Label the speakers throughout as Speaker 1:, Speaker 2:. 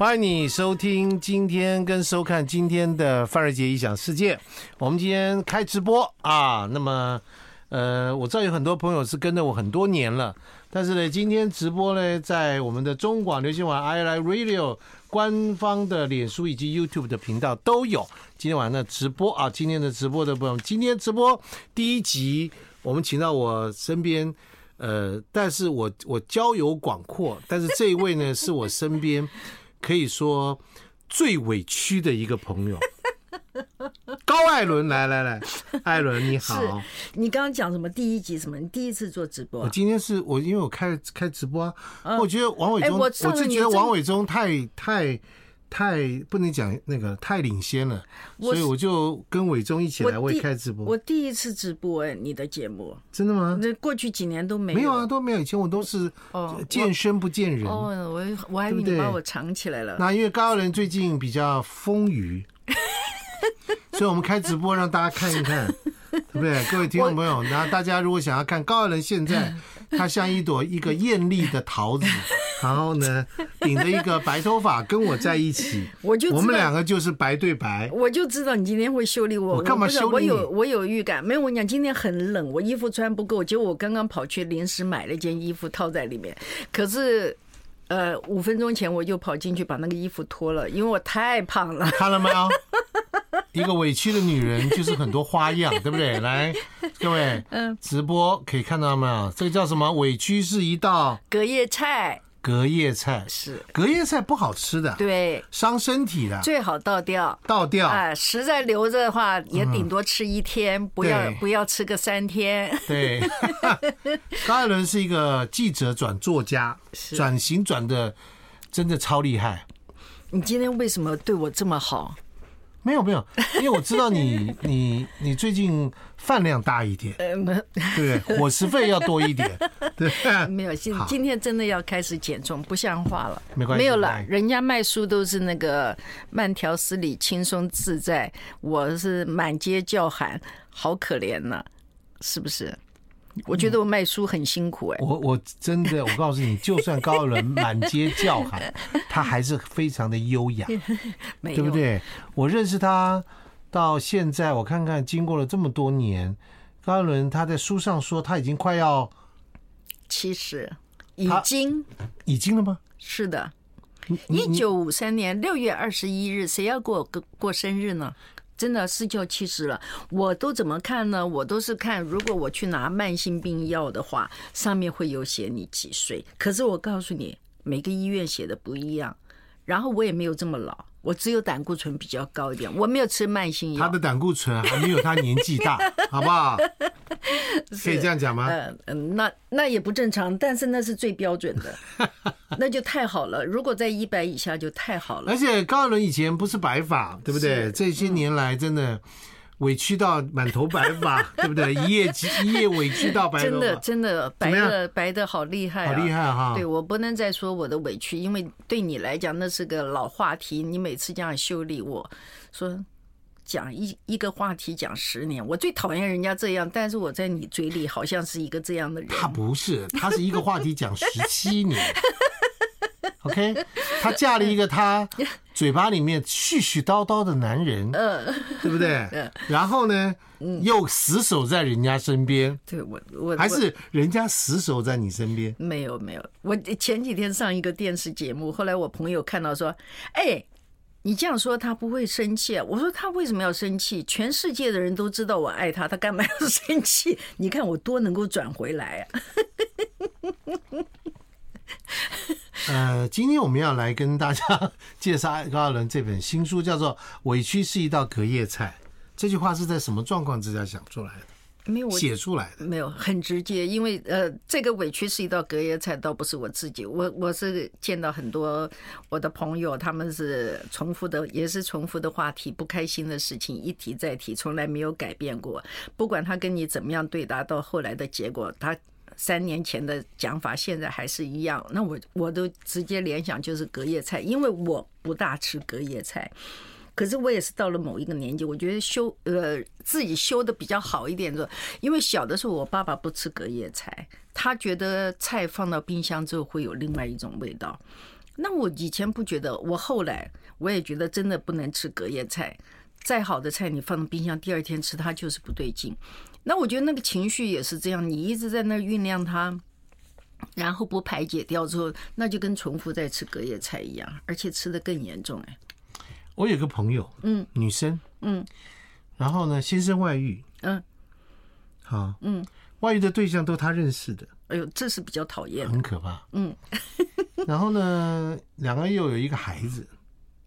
Speaker 1: 欢迎你收听今天跟收看今天的范瑞杰异想世界。我们今天开直播啊，那么呃，我知道有很多朋友是跟着我很多年了，但是呢，今天直播呢，在我们的中广流行网 i like radio 官方的脸书以及 YouTube 的频道都有。今天晚上的直播啊，今天的直播的朋友，今天直播第一集，我们请到我身边。呃，但是我我交友广阔，但是这一位呢，是我身边可以说最委屈的一个朋友。高艾伦，来来来，艾伦你好，
Speaker 2: 你刚刚讲什么第一集什么？你第一次做直播
Speaker 1: 我
Speaker 2: 啊、
Speaker 1: 今天是我因为我开开直播啊，我觉得王伟
Speaker 2: 哎
Speaker 1: 忠，
Speaker 2: 我
Speaker 1: 我
Speaker 2: 上了
Speaker 1: 是
Speaker 2: 你
Speaker 1: 觉得
Speaker 2: 的
Speaker 1: 王
Speaker 2: 中
Speaker 1: 伟忠太太太不能讲那个太领先了，
Speaker 2: 我
Speaker 1: 所以我就跟伟忠一起来
Speaker 2: 我
Speaker 1: 为
Speaker 2: 第
Speaker 1: 开直播
Speaker 2: 我，第一次直播哎，你的节目，
Speaker 1: 真的吗？
Speaker 2: 那过去几年都没有。
Speaker 1: 没有啊，都没有，以前我都是
Speaker 2: 哦
Speaker 1: 见身不见人。啊
Speaker 2: 哦，我我还以
Speaker 1: 对
Speaker 2: 为
Speaker 1: 不
Speaker 2: 你
Speaker 1: 对
Speaker 2: 把我藏起来了。
Speaker 1: 那因为高人最近比较丰 腴，所以我们开直播让大家看一看，对不对？各位听众朋友，然后大家如果想要看高人现 在，他像一朵一个艳丽的桃子，然后呢顶着一个白头发跟我在一起，
Speaker 2: 我就知道
Speaker 1: 我们两个就是白对白。
Speaker 2: 我就知道你今天会修理我，
Speaker 1: 我干嘛
Speaker 2: 不知道
Speaker 1: 修理
Speaker 2: 我
Speaker 1: 你
Speaker 2: 有我有预感，没有我跟你讲今天很冷，我衣服穿不够，结果我刚刚跑去临时买了一件衣服套在里面，可是，呃，五分钟前我就跑进去把那个衣服脱了，因为我太胖了。
Speaker 1: 看了没 有？一个委屈的女人就是很多花样，对不对？来，各位，
Speaker 2: 嗯
Speaker 1: 直播可以看到没有？这个叫什么？委屈是一道
Speaker 2: 隔夜菜
Speaker 1: 隔夜菜，
Speaker 2: 是
Speaker 1: 隔夜菜不好吃的，
Speaker 2: 对，
Speaker 1: 伤身体的，
Speaker 2: 最好倒掉。
Speaker 1: 倒掉。
Speaker 2: 啊，实在留着的话，也顶多吃一天，不要
Speaker 1: 嗯对
Speaker 2: 不要吃个三天。
Speaker 1: 对，高艾伦是一个记者转作家，
Speaker 2: 是
Speaker 1: 转型转的真的超厉害。
Speaker 2: 你今天为什么对我这么好？
Speaker 1: 没有没 有，因为我知道你你你最近饭量大一点，
Speaker 2: 呃，没
Speaker 1: 对不对？伙食费要多一 点，对。
Speaker 2: 没有，今
Speaker 1: 好
Speaker 2: 今天真的要开始减重，不像话了。
Speaker 1: 没关系
Speaker 2: 没有了
Speaker 1: 来。
Speaker 2: 人家卖书都是那个慢条斯理、轻松自在，我是满街叫喊，好可怜呐、是不是？我觉得我卖书很辛苦哎、
Speaker 1: 我我真的，我告诉你，就算高艾伦满街叫喊，他还是非常的优雅。
Speaker 2: 没有
Speaker 1: 对不？对？我认识他到现在，我看看经过了这么多年，高艾伦他在书上说他已经快要
Speaker 2: 其实已
Speaker 1: 他
Speaker 2: 经
Speaker 1: 已经了吗？
Speaker 2: 是的。
Speaker 1: 你你
Speaker 2: 一九五三年六月二十一日，谁要过过过生日呢？真的是就七十了，我都怎么看呢？我都是看，如果我去拿慢性病药的话，上面会有写你几岁。可是我告诉你，每个医院写的不一样。然后我也没有这么老，我只有胆固醇比较高一点，我没有吃慢性
Speaker 1: 他
Speaker 2: 药。
Speaker 1: 的胆固醇还没有他年纪 大，好不好？可以这样讲吗？
Speaker 2: 嗯嗯，那那也不正常，但是那是最标准 的，那就太好了。如果在一百以下就太好了。
Speaker 1: 而且高艾伦以前不是白发，对不对？这些年来真的委屈到满头白 发，对不对？一夜一夜委屈到白
Speaker 2: 真
Speaker 1: 头
Speaker 2: 的
Speaker 1: 发，
Speaker 2: 真的白
Speaker 1: 么样
Speaker 2: 的白的好厉害、啊，
Speaker 1: 好厉害哈！
Speaker 2: 对我不能再说我的委屈，因为对你来讲那是个老话题，你每次这样修理我，说讲一一个话题讲十年，我最讨厌人家这样，但是我在你嘴里好像是一个这样的人。
Speaker 1: 他不是，他是一个话题讲十七年。OK，她嫁了一个她嘴巴里面絮絮叨叨的男人，对不对？然后呢，又死守在人家身边，
Speaker 2: 对我我
Speaker 1: 还
Speaker 2: 我
Speaker 1: 是人家死守在你身边？
Speaker 2: 没有没有，我前几天上一个电视节目，后来我朋友看到说，哎。你这样说他不会生气、啊，我说他为什么要生气？全世界的人都知道我爱他，他干嘛要生气？你看我多能够转回来啊！
Speaker 1: 呃，今天我们要来跟大家 介绍高艾伦这本新书，叫做《委屈是一道隔夜菜》。这句话是在什么状况之下想出来的、
Speaker 2: 没有我
Speaker 1: 写出来的？
Speaker 2: 没有，很直接，因为呃，这个委屈是一道隔夜菜，倒不是我自己，我我是见到很多我的朋友，他们是重复的，也是重复的话题，不开心的事情一提再提，从来没有改变过。不管他跟你怎么样对答，到后来的结果，他三年前的讲法现在还是一样。那我我都直接联想就是隔夜菜，因为我不大吃隔夜菜。可是我也是到了某一个年纪，我觉得修呃自己修的比较好一点的，因为小的时候我爸爸不吃隔夜菜，他觉得菜放到冰箱之后会有另外一种味道。那我以前不觉得，我后来我也觉得真的不能吃隔夜菜，再好的菜你放到冰箱，第二天吃它就是不对劲。那我觉得那个情绪也是这样，你一直在那儿酝酿它，然后不排解掉之后，那就跟重复在吃隔夜菜一样，而且吃的更严重哎。
Speaker 1: 我有个朋友，嗯，女生，嗯，然后呢，先生外遇，
Speaker 2: 嗯，
Speaker 1: 啊，嗯，外遇的对象都他认识的，
Speaker 2: 哎呦，这是比较讨厌。
Speaker 1: 很可怕，嗯， 然后呢，两个又有一个孩子，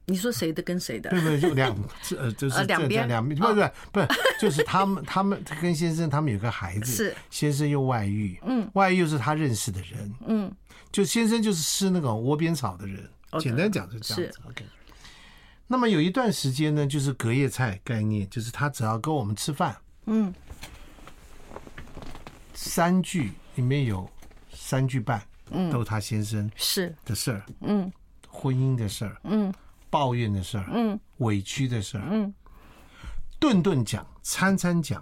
Speaker 2: 你说谁的跟谁的？
Speaker 1: 对不对？就两这呃，就是
Speaker 2: 呃
Speaker 1: 这
Speaker 2: 两
Speaker 1: 这
Speaker 2: 边
Speaker 1: 两边，不
Speaker 2: 哦
Speaker 1: 是不是不是，就是他们他们跟先生他们有个孩子，
Speaker 2: 是
Speaker 1: 先生又外遇，嗯，外遇又是他认识的人，嗯，就先生就是吃那种窝边草的人，
Speaker 2: OK，
Speaker 1: 简单讲就这样
Speaker 2: 哦是
Speaker 1: 子，OK。那么有一段时间呢，就是隔夜菜概念，就是他只要跟我们吃饭，
Speaker 2: 嗯，
Speaker 1: 三句里面有三句半，嗯，都是他先生
Speaker 2: 是
Speaker 1: 的事儿，嗯，婚姻的事儿，嗯，抱怨的事儿，嗯，委屈的事儿，嗯，顿顿讲，餐餐讲，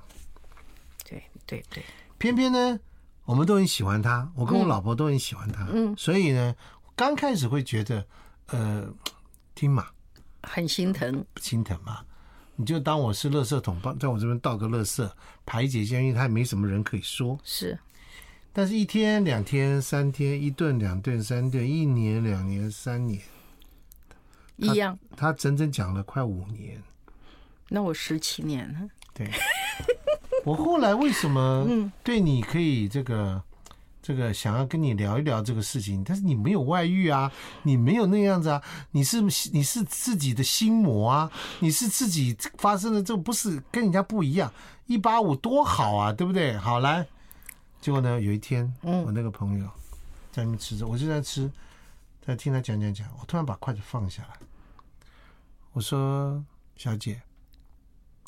Speaker 2: 对对对，
Speaker 1: 偏偏呢，我们都很喜欢他，我跟我老婆都很喜欢他，嗯，所以呢，刚开始会觉得，呃，听嘛，
Speaker 2: 很心疼。
Speaker 1: 心疼嘛，你就当我是垃圾桶，帮在我这边倒个垃圾，排解一下，因为他也没什么人可以说，
Speaker 2: 是
Speaker 1: 但是一天、两天、三天，一顿、两顿、三顿，一年、两年、三年，
Speaker 2: 一样。
Speaker 1: 他整整讲了快五年。
Speaker 2: 那我十七年嗯了，
Speaker 1: 对，我后来为什么对你可以这个这个想要跟你聊一聊这个事情，但是你没有外遇啊，你没有那样子啊，你是你是自己的心魔啊，你是自己发生的，这不是跟人家不一样，一八五多好啊，对不对？好来，结果呢，有一天，我那个朋友在那边吃着，我就在吃，在听他讲讲讲，我突然把筷子放下来，我说：“小姐，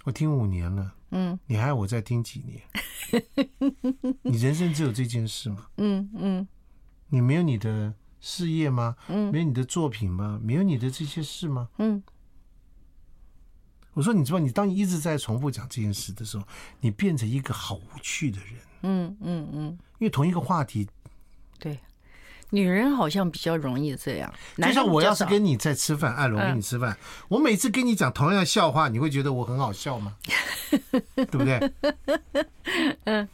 Speaker 1: 我听五年了，嗯，你还要我再听几年？ 你人生只有这件事吗？嗯嗯，你没有你的事业吗？嗯，没有你的作品吗？没有你的这些事吗？嗯。”我说，你知道，你当你一直在重复讲这件事的时候，你变成一个好无趣的人。
Speaker 2: 嗯嗯嗯，
Speaker 1: 因为同一个话题，
Speaker 2: 对，女人好像比较容易这样，
Speaker 1: 就
Speaker 2: 男人
Speaker 1: 像我
Speaker 2: 比较
Speaker 1: 要是
Speaker 2: 少
Speaker 1: 跟你在吃饭，艾伦跟你吃饭，我每次跟你讲同样的笑话，你会觉得我很好笑吗？ 对不对？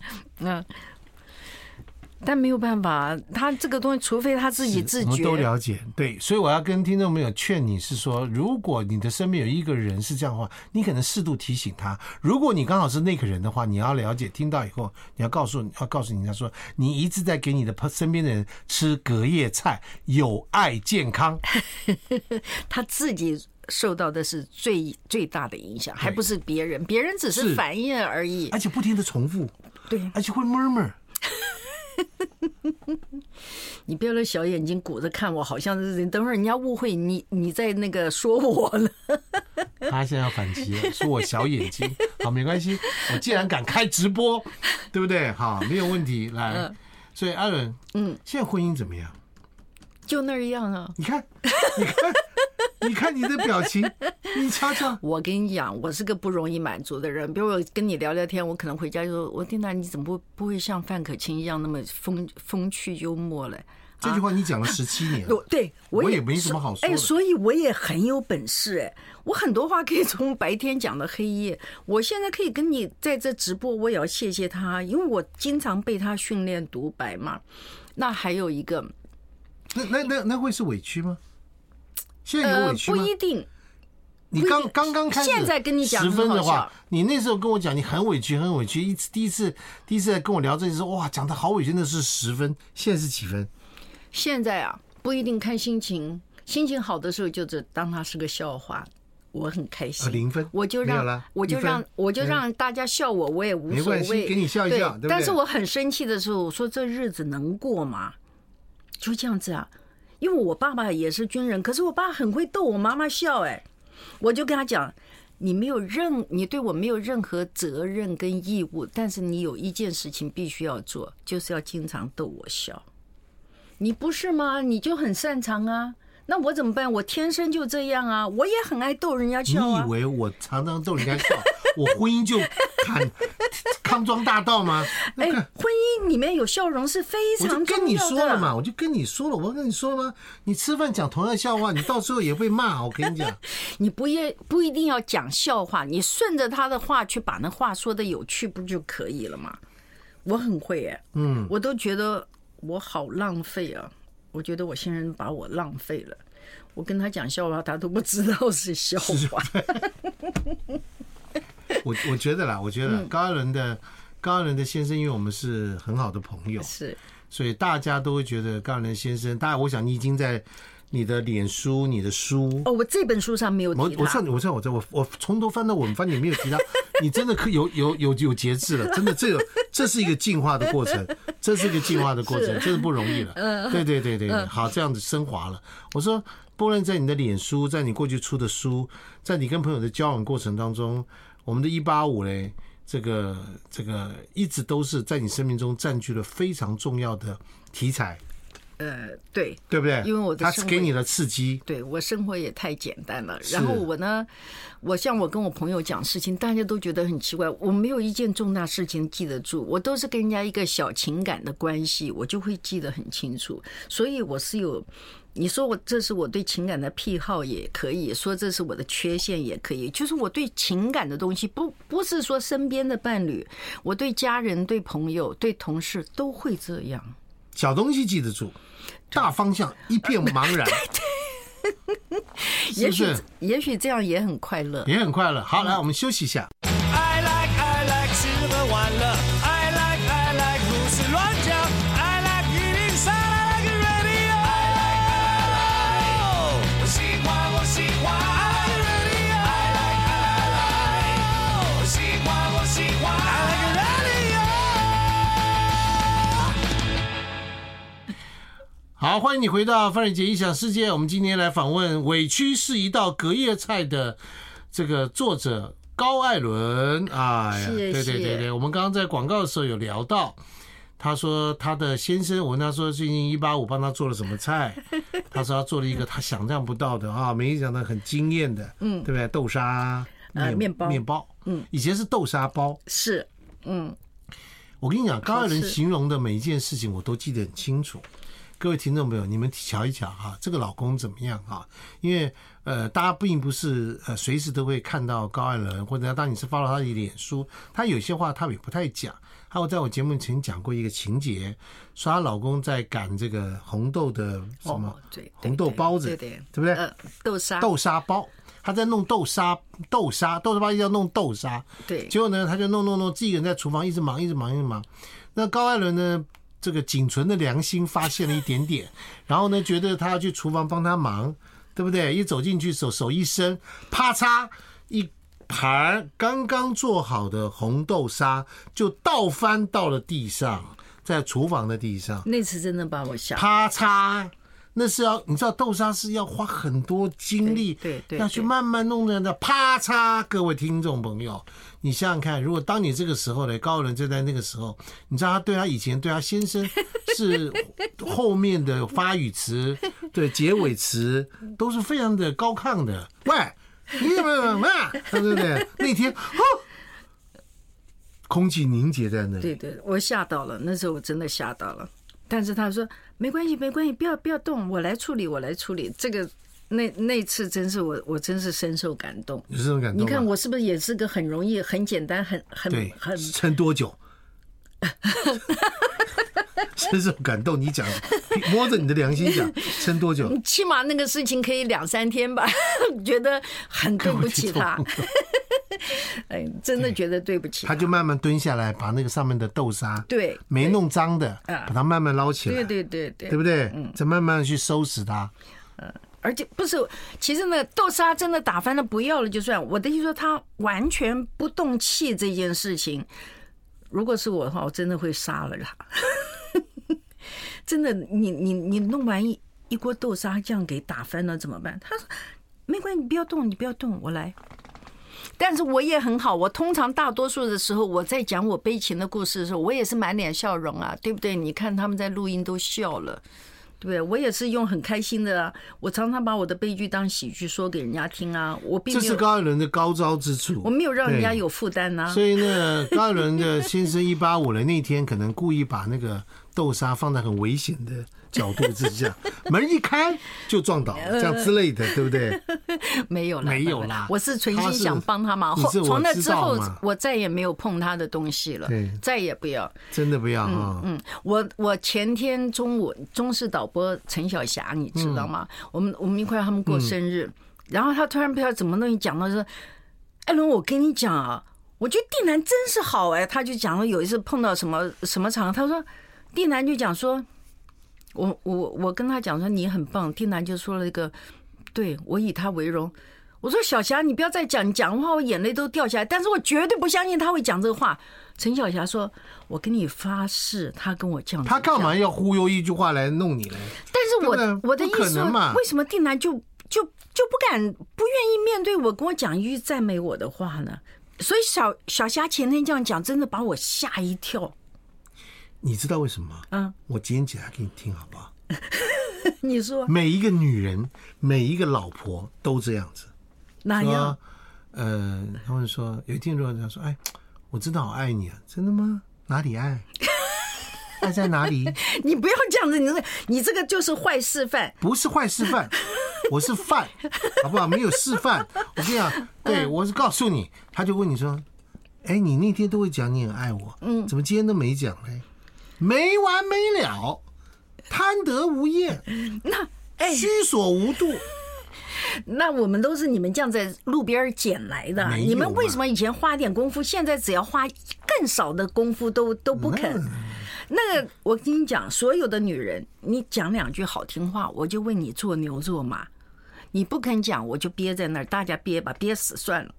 Speaker 2: 但没有办法，他这个东西，除非他自己自
Speaker 1: 我们
Speaker 2: 觉，
Speaker 1: 都了解，对，所以我要跟听众朋友劝你是说，如果你的身边有一个人是这样的话，你可能适度提醒他。如果你刚好是那个人的话，你要了解，听到以后你要告诉你要告诉人家说，你一直在给你的朋身边的人吃隔夜菜，有爱健康。
Speaker 2: 他自己受到的是最最大的影响，还不是别人，别人只
Speaker 1: 是哎
Speaker 2: 是反应而已
Speaker 1: 而。且不停的重复，
Speaker 2: 对
Speaker 1: 而且会 murmur。
Speaker 2: 你不要那小眼睛鼓着看我，好像是等会儿人家误会你，你在那个说我了。
Speaker 1: 他现在要反击了，说我小眼睛，好，没关系，我既然敢开直播，对不对？好，没有问题。来，所以艾伦，嗯，现在婚姻怎么样？
Speaker 2: 就那样啊。
Speaker 1: 你看，你看，你看你的表情，你瞧瞧，
Speaker 2: 我跟你讲，我是个不容易满足的人。比如我跟你聊聊天，我可能回家就说：“我丁娜，你怎么不不会像范可清一样那么风风趣幽默嘞？”
Speaker 1: 这句话你讲了十七年了，
Speaker 2: 我对我
Speaker 1: 我也没什么好说
Speaker 2: 哎，
Speaker 1: 的
Speaker 2: 所以我也很有本事哎，我很多话可以从白天讲到黑夜。我现在可以跟你在这直播，我也要谢谢他，因为我经常被他训练独白嘛。那还有一个，
Speaker 1: 那那那那会是委屈吗？现在有
Speaker 2: 呃
Speaker 1: 委，屈
Speaker 2: 不
Speaker 1: 吗？
Speaker 2: 一定，
Speaker 1: 你
Speaker 2: 不一定
Speaker 1: 刚刚刚开始，
Speaker 2: 现在跟你讲
Speaker 1: 十分的
Speaker 2: 很
Speaker 1: 话
Speaker 2: 好笑，
Speaker 1: 你那时候跟我讲你很委屈，很委屈。一次第一次第一次来跟我聊这件事，哇，讲的好委屈，那是十分，现在是几分？
Speaker 2: 现在啊不一定看心情，心情好的时候就只当它是个笑话。我很开
Speaker 1: 啊
Speaker 2: 心，
Speaker 1: 零分
Speaker 2: 我就
Speaker 1: 没有
Speaker 2: 让
Speaker 1: 啦，
Speaker 2: 我就
Speaker 1: 一分嗯
Speaker 2: 让，我就让大家笑我，我也无
Speaker 1: 没
Speaker 2: 所
Speaker 1: 关系
Speaker 2: 谓，
Speaker 1: 给你笑一笑对不
Speaker 2: 但
Speaker 1: 对
Speaker 2: 是我很生气的时候，我说这日子能过吗？就这样子啊，因为我爸爸也是军人，可是我爸很会逗我妈妈笑，哎，我就跟他讲，你没有任，你对我没有任何责任跟义务，但是你有一件事情必须要做，就是要经常逗我笑。你不是吗？你就很擅长啊。那我怎么办？我天生就这样啊，我也很爱逗人家
Speaker 1: 你
Speaker 2: 笑
Speaker 1: 以
Speaker 2: 啊。
Speaker 1: 为我常常逗人家笑，我婚姻就 坎康庄大道吗？
Speaker 2: 哎，婚姻里面有笑容是非
Speaker 1: 我就
Speaker 2: 常重要的。
Speaker 1: 跟你说了嘛，我就跟你说了，我跟你说了吗？你吃饭讲同样的笑话，你到时候也被骂。我跟你 讲，
Speaker 2: 你不也不一定要讲笑话，你顺着他的话去把那话说的有趣，不就可以了吗？我很会耶、嗯，我都觉得我好浪费啊，我觉得我先生把我浪费了。我跟他讲笑话，他都不知道是笑话。
Speaker 1: 我我觉得啦，我觉
Speaker 2: 嗯
Speaker 1: 得高嘉伦的高嘉伦的先生，因为我们是很好的朋友，
Speaker 2: 是，
Speaker 1: 所以大家都会觉得高嘉伦先生。当然，我想你已经在你的脸书、你的书。
Speaker 2: 哦，我这本书上没有
Speaker 1: 我
Speaker 2: 提
Speaker 1: 我上
Speaker 2: 他。
Speaker 1: 我上我在我我从头翻到尾，发现你没有提到， 你真的可有有有有节制了，真的这有这是一个进化的过程， 这是一个进化的过程，真的不容易了。
Speaker 2: 嗯
Speaker 1: 对对对对，对好这样子升华了。我说，不论在你的脸书，在你过去出的书，在你跟朋友的交往过程当中，我们的一八五嘞，这个这个一直都是在你生命中占据了非常重要的题材，
Speaker 2: 呃，对，
Speaker 1: 对不对？
Speaker 2: 因为我的
Speaker 1: 它
Speaker 2: 生活
Speaker 1: 给你了刺激，
Speaker 2: 对我生活也太简单了。然后我呢，我像我跟我朋友讲事情，大家都觉得很奇怪，我没有一件重大事情记得住，我都是跟人家一个小情感的关系，我就会记得很清楚。所以我是有，你说我这是我对情感的癖好也可以，说这是我的缺陷也可以，就是我对情感的东西不不是说身边的伴侣，我对家人、对朋友、对同事都会这样。
Speaker 1: 小东西记得住，大方向一片茫 然。
Speaker 2: 也许
Speaker 1: 哎是不是
Speaker 2: 也许这样嗯也很快乐。
Speaker 1: 也很快乐。好，来，我们休息一下。
Speaker 3: I like, I like 吃喝玩乐，I like, I like 胡思乱想，I like 一零三，I like radio，I like, I like 我喜欢，我喜欢，I like radio，I like, I like 我喜欢，我喜欢，I like radio。
Speaker 1: 好，欢迎你回到范仁杰异想世界。我们今天来访问《委屈是一道隔夜菜》的这个作者高艾伦。哎呀，
Speaker 2: 谢
Speaker 1: 对
Speaker 2: 谢
Speaker 1: 对对对，我们刚刚在广告的时候有聊到。他说他的先生，我问他说最近一八五帮他做了什么 菜，他说他做了一个他想象不到的啊，没想到很惊艳的，嗯，对不对？豆沙
Speaker 2: 呃面包
Speaker 1: 面包，嗯，以前是豆沙包。
Speaker 2: 是，
Speaker 1: 我跟你讲，高艾伦
Speaker 2: 好吃
Speaker 1: 形容的每一件事情我都记得很清楚。各位听众朋友，你们瞧一瞧哈、这个老公怎么样哈、因为呃，大家并不是呃随时都会看到高艾伦，或者当你是发了他的脸书，他有些话他也不太讲。还有在我节目前讲过一个情节，说她老公在擀这个红豆的什么
Speaker 2: 哦对对
Speaker 1: 红豆包子，
Speaker 2: 对
Speaker 1: 对
Speaker 2: 对
Speaker 1: 不对？
Speaker 2: 呃，豆沙，
Speaker 1: 豆沙包，他在弄豆沙，豆沙，豆沙包一定要弄豆沙。
Speaker 2: 对
Speaker 1: 结果呢，他就弄弄弄，自己一个人在厨房一直忙，一直忙，一直忙。那高艾伦呢，这个仅存的良心发现了一点点，然后呢，觉得他要去厨房帮他忙，对不对？一走进去，手手一伸，啪嚓一。盘刚刚做好的红豆沙就倒翻到了地上，在厨房的地上。
Speaker 2: 那次真的把我吓。
Speaker 1: 啪嚓，那是要你知道豆沙是要花很多精力，
Speaker 2: 对对对
Speaker 1: 要去
Speaker 2: 对
Speaker 1: 慢慢弄的。那啪嚓，各位听众朋友，你想想看，如果当你这个时候呢，高人就在那个时候，你知道他对他以前对他先 生是后面的发语词，对结尾词都是非常的高亢的。喂，你怎 么怎么样，啊对不对？那天哦，空气凝结在那里。
Speaker 2: 对对，我吓到了，那时候我真的吓到了。但是他说没关系，没关系，不要不要动，我来处理，我来处理。这个那那次真是我，我真是深受感动。
Speaker 1: 有这种感动
Speaker 2: 你
Speaker 1: 吗？
Speaker 2: 看我是不是也是个很容易、很简单、很很
Speaker 1: 对，
Speaker 2: 很
Speaker 1: 撑多久？ 深受感动，你讲，摸着你的 良心讲，撑多久？
Speaker 2: 起码那个事情可以两三天吧， 觉得很对不起他。哎，真的觉得对不起
Speaker 1: 他就慢慢蹲下来，把那个上面的豆沙，
Speaker 2: 对
Speaker 1: 没弄脏的，
Speaker 2: 啊
Speaker 1: 把它慢慢捞起来，
Speaker 2: 对对对对嗯
Speaker 1: 对不对？再慢慢地去收拾它。
Speaker 2: 而且不是，其实呢，豆沙真的打翻了不要了就算。我的意思说，他完全不动气这件事情，如果是我的话，我真的会杀了他。 真的，你你你弄完一一锅豆沙这样给打翻了怎么办？他说没关系，你不要动，你不要动，我来。但是我也很好，我通常大多数的时候，我在讲我悲情的故事的时候，我也是满脸笑容啊，对不对？你看他们在录音都笑了，对不对？我也是用很开心的啊，我常常把我的悲剧当喜剧说给人家听啊，我并
Speaker 1: 这
Speaker 2: 没
Speaker 1: 是
Speaker 2: 有，
Speaker 1: 高艾伦的高招之处。
Speaker 2: 我没有让人家
Speaker 1: 对
Speaker 2: 有负担啊
Speaker 1: 所。以呢，高艾伦的先生一八五的那天，可能故意把那个豆沙放在很危险的角度之 下，门一开就撞倒，
Speaker 2: 呃
Speaker 1: 这样之类的，对不对？
Speaker 2: 没有啦，
Speaker 1: 没有啦
Speaker 2: 拜拜我是存
Speaker 1: 他
Speaker 2: 心
Speaker 1: 是
Speaker 2: 想帮他嘛。
Speaker 1: 你
Speaker 2: 后
Speaker 1: 是我
Speaker 2: 从那
Speaker 1: 知
Speaker 2: 之
Speaker 1: 道
Speaker 2: 后
Speaker 1: 嘛，
Speaker 2: 我再也没有碰他的东西了
Speaker 1: 对，
Speaker 2: 再也不要。
Speaker 1: 真的不要哈。
Speaker 2: 嗯，我我前天中午中视导播陈小霞，你知道吗？
Speaker 1: 嗯
Speaker 2: 我们我们一块他们过生日，然后他突然不知道怎么东西讲到说，艾伦，我跟你讲啊，我觉得地南真是好哎、他就讲了有一次碰到什么什么场合，他说地南就讲说，我我我跟他讲说你很棒，地南就说了一个，对我以他为荣。我说小霞，你不要再讲，你讲话我眼泪都掉下来。但是我绝对不相信他会讲这话。陈小霞说：“我跟你发誓，他跟我这样。”
Speaker 1: 他干嘛？要忽悠一句话来弄你呢？
Speaker 2: 但是我
Speaker 1: 对不对
Speaker 2: 我的意
Speaker 1: 不可
Speaker 2: 思
Speaker 1: 能嘛，
Speaker 2: 为什么定南就就就不敢不愿意面对我，跟我讲一句赞美我的话呢？所以小小霞前天这样讲，真的把我吓一跳。
Speaker 1: 你知道为什么吗？
Speaker 2: 嗯，
Speaker 1: 我今天解答给你听好不好？
Speaker 2: 你说
Speaker 1: 每一个女人，每一个老婆都这样子。
Speaker 2: 哪样
Speaker 1: 说？，呃，他们说有一天如果他说，哎，我真的好爱你啊，真的吗？哪里爱？爱在哪里？
Speaker 2: 你不要这样子，你这你这个就是坏示范。
Speaker 1: 不是坏示 范，我是范，好不好？没有示范。我跟你讲，
Speaker 2: 嗯
Speaker 1: 对我是告诉你，他就问你说，哎，你那天都会讲你很爱我，嗯，怎么今天都没讲嘞？没完没了，贪得无厌，
Speaker 2: 那哎，
Speaker 1: 虚所无度。
Speaker 2: 那我们都是你们这样在路边儿捡来的啊，
Speaker 1: 没有
Speaker 2: 你们为
Speaker 1: 嘛
Speaker 2: 什么以前花点功夫，现在只要花更少的功夫都都
Speaker 1: 嗯
Speaker 2: 不肯？那个，我跟你讲，所有的女人，你讲两句好听话，我就为你做牛做马；你不肯讲，我就憋在那儿，大家憋吧，憋死算了。
Speaker 1: 哎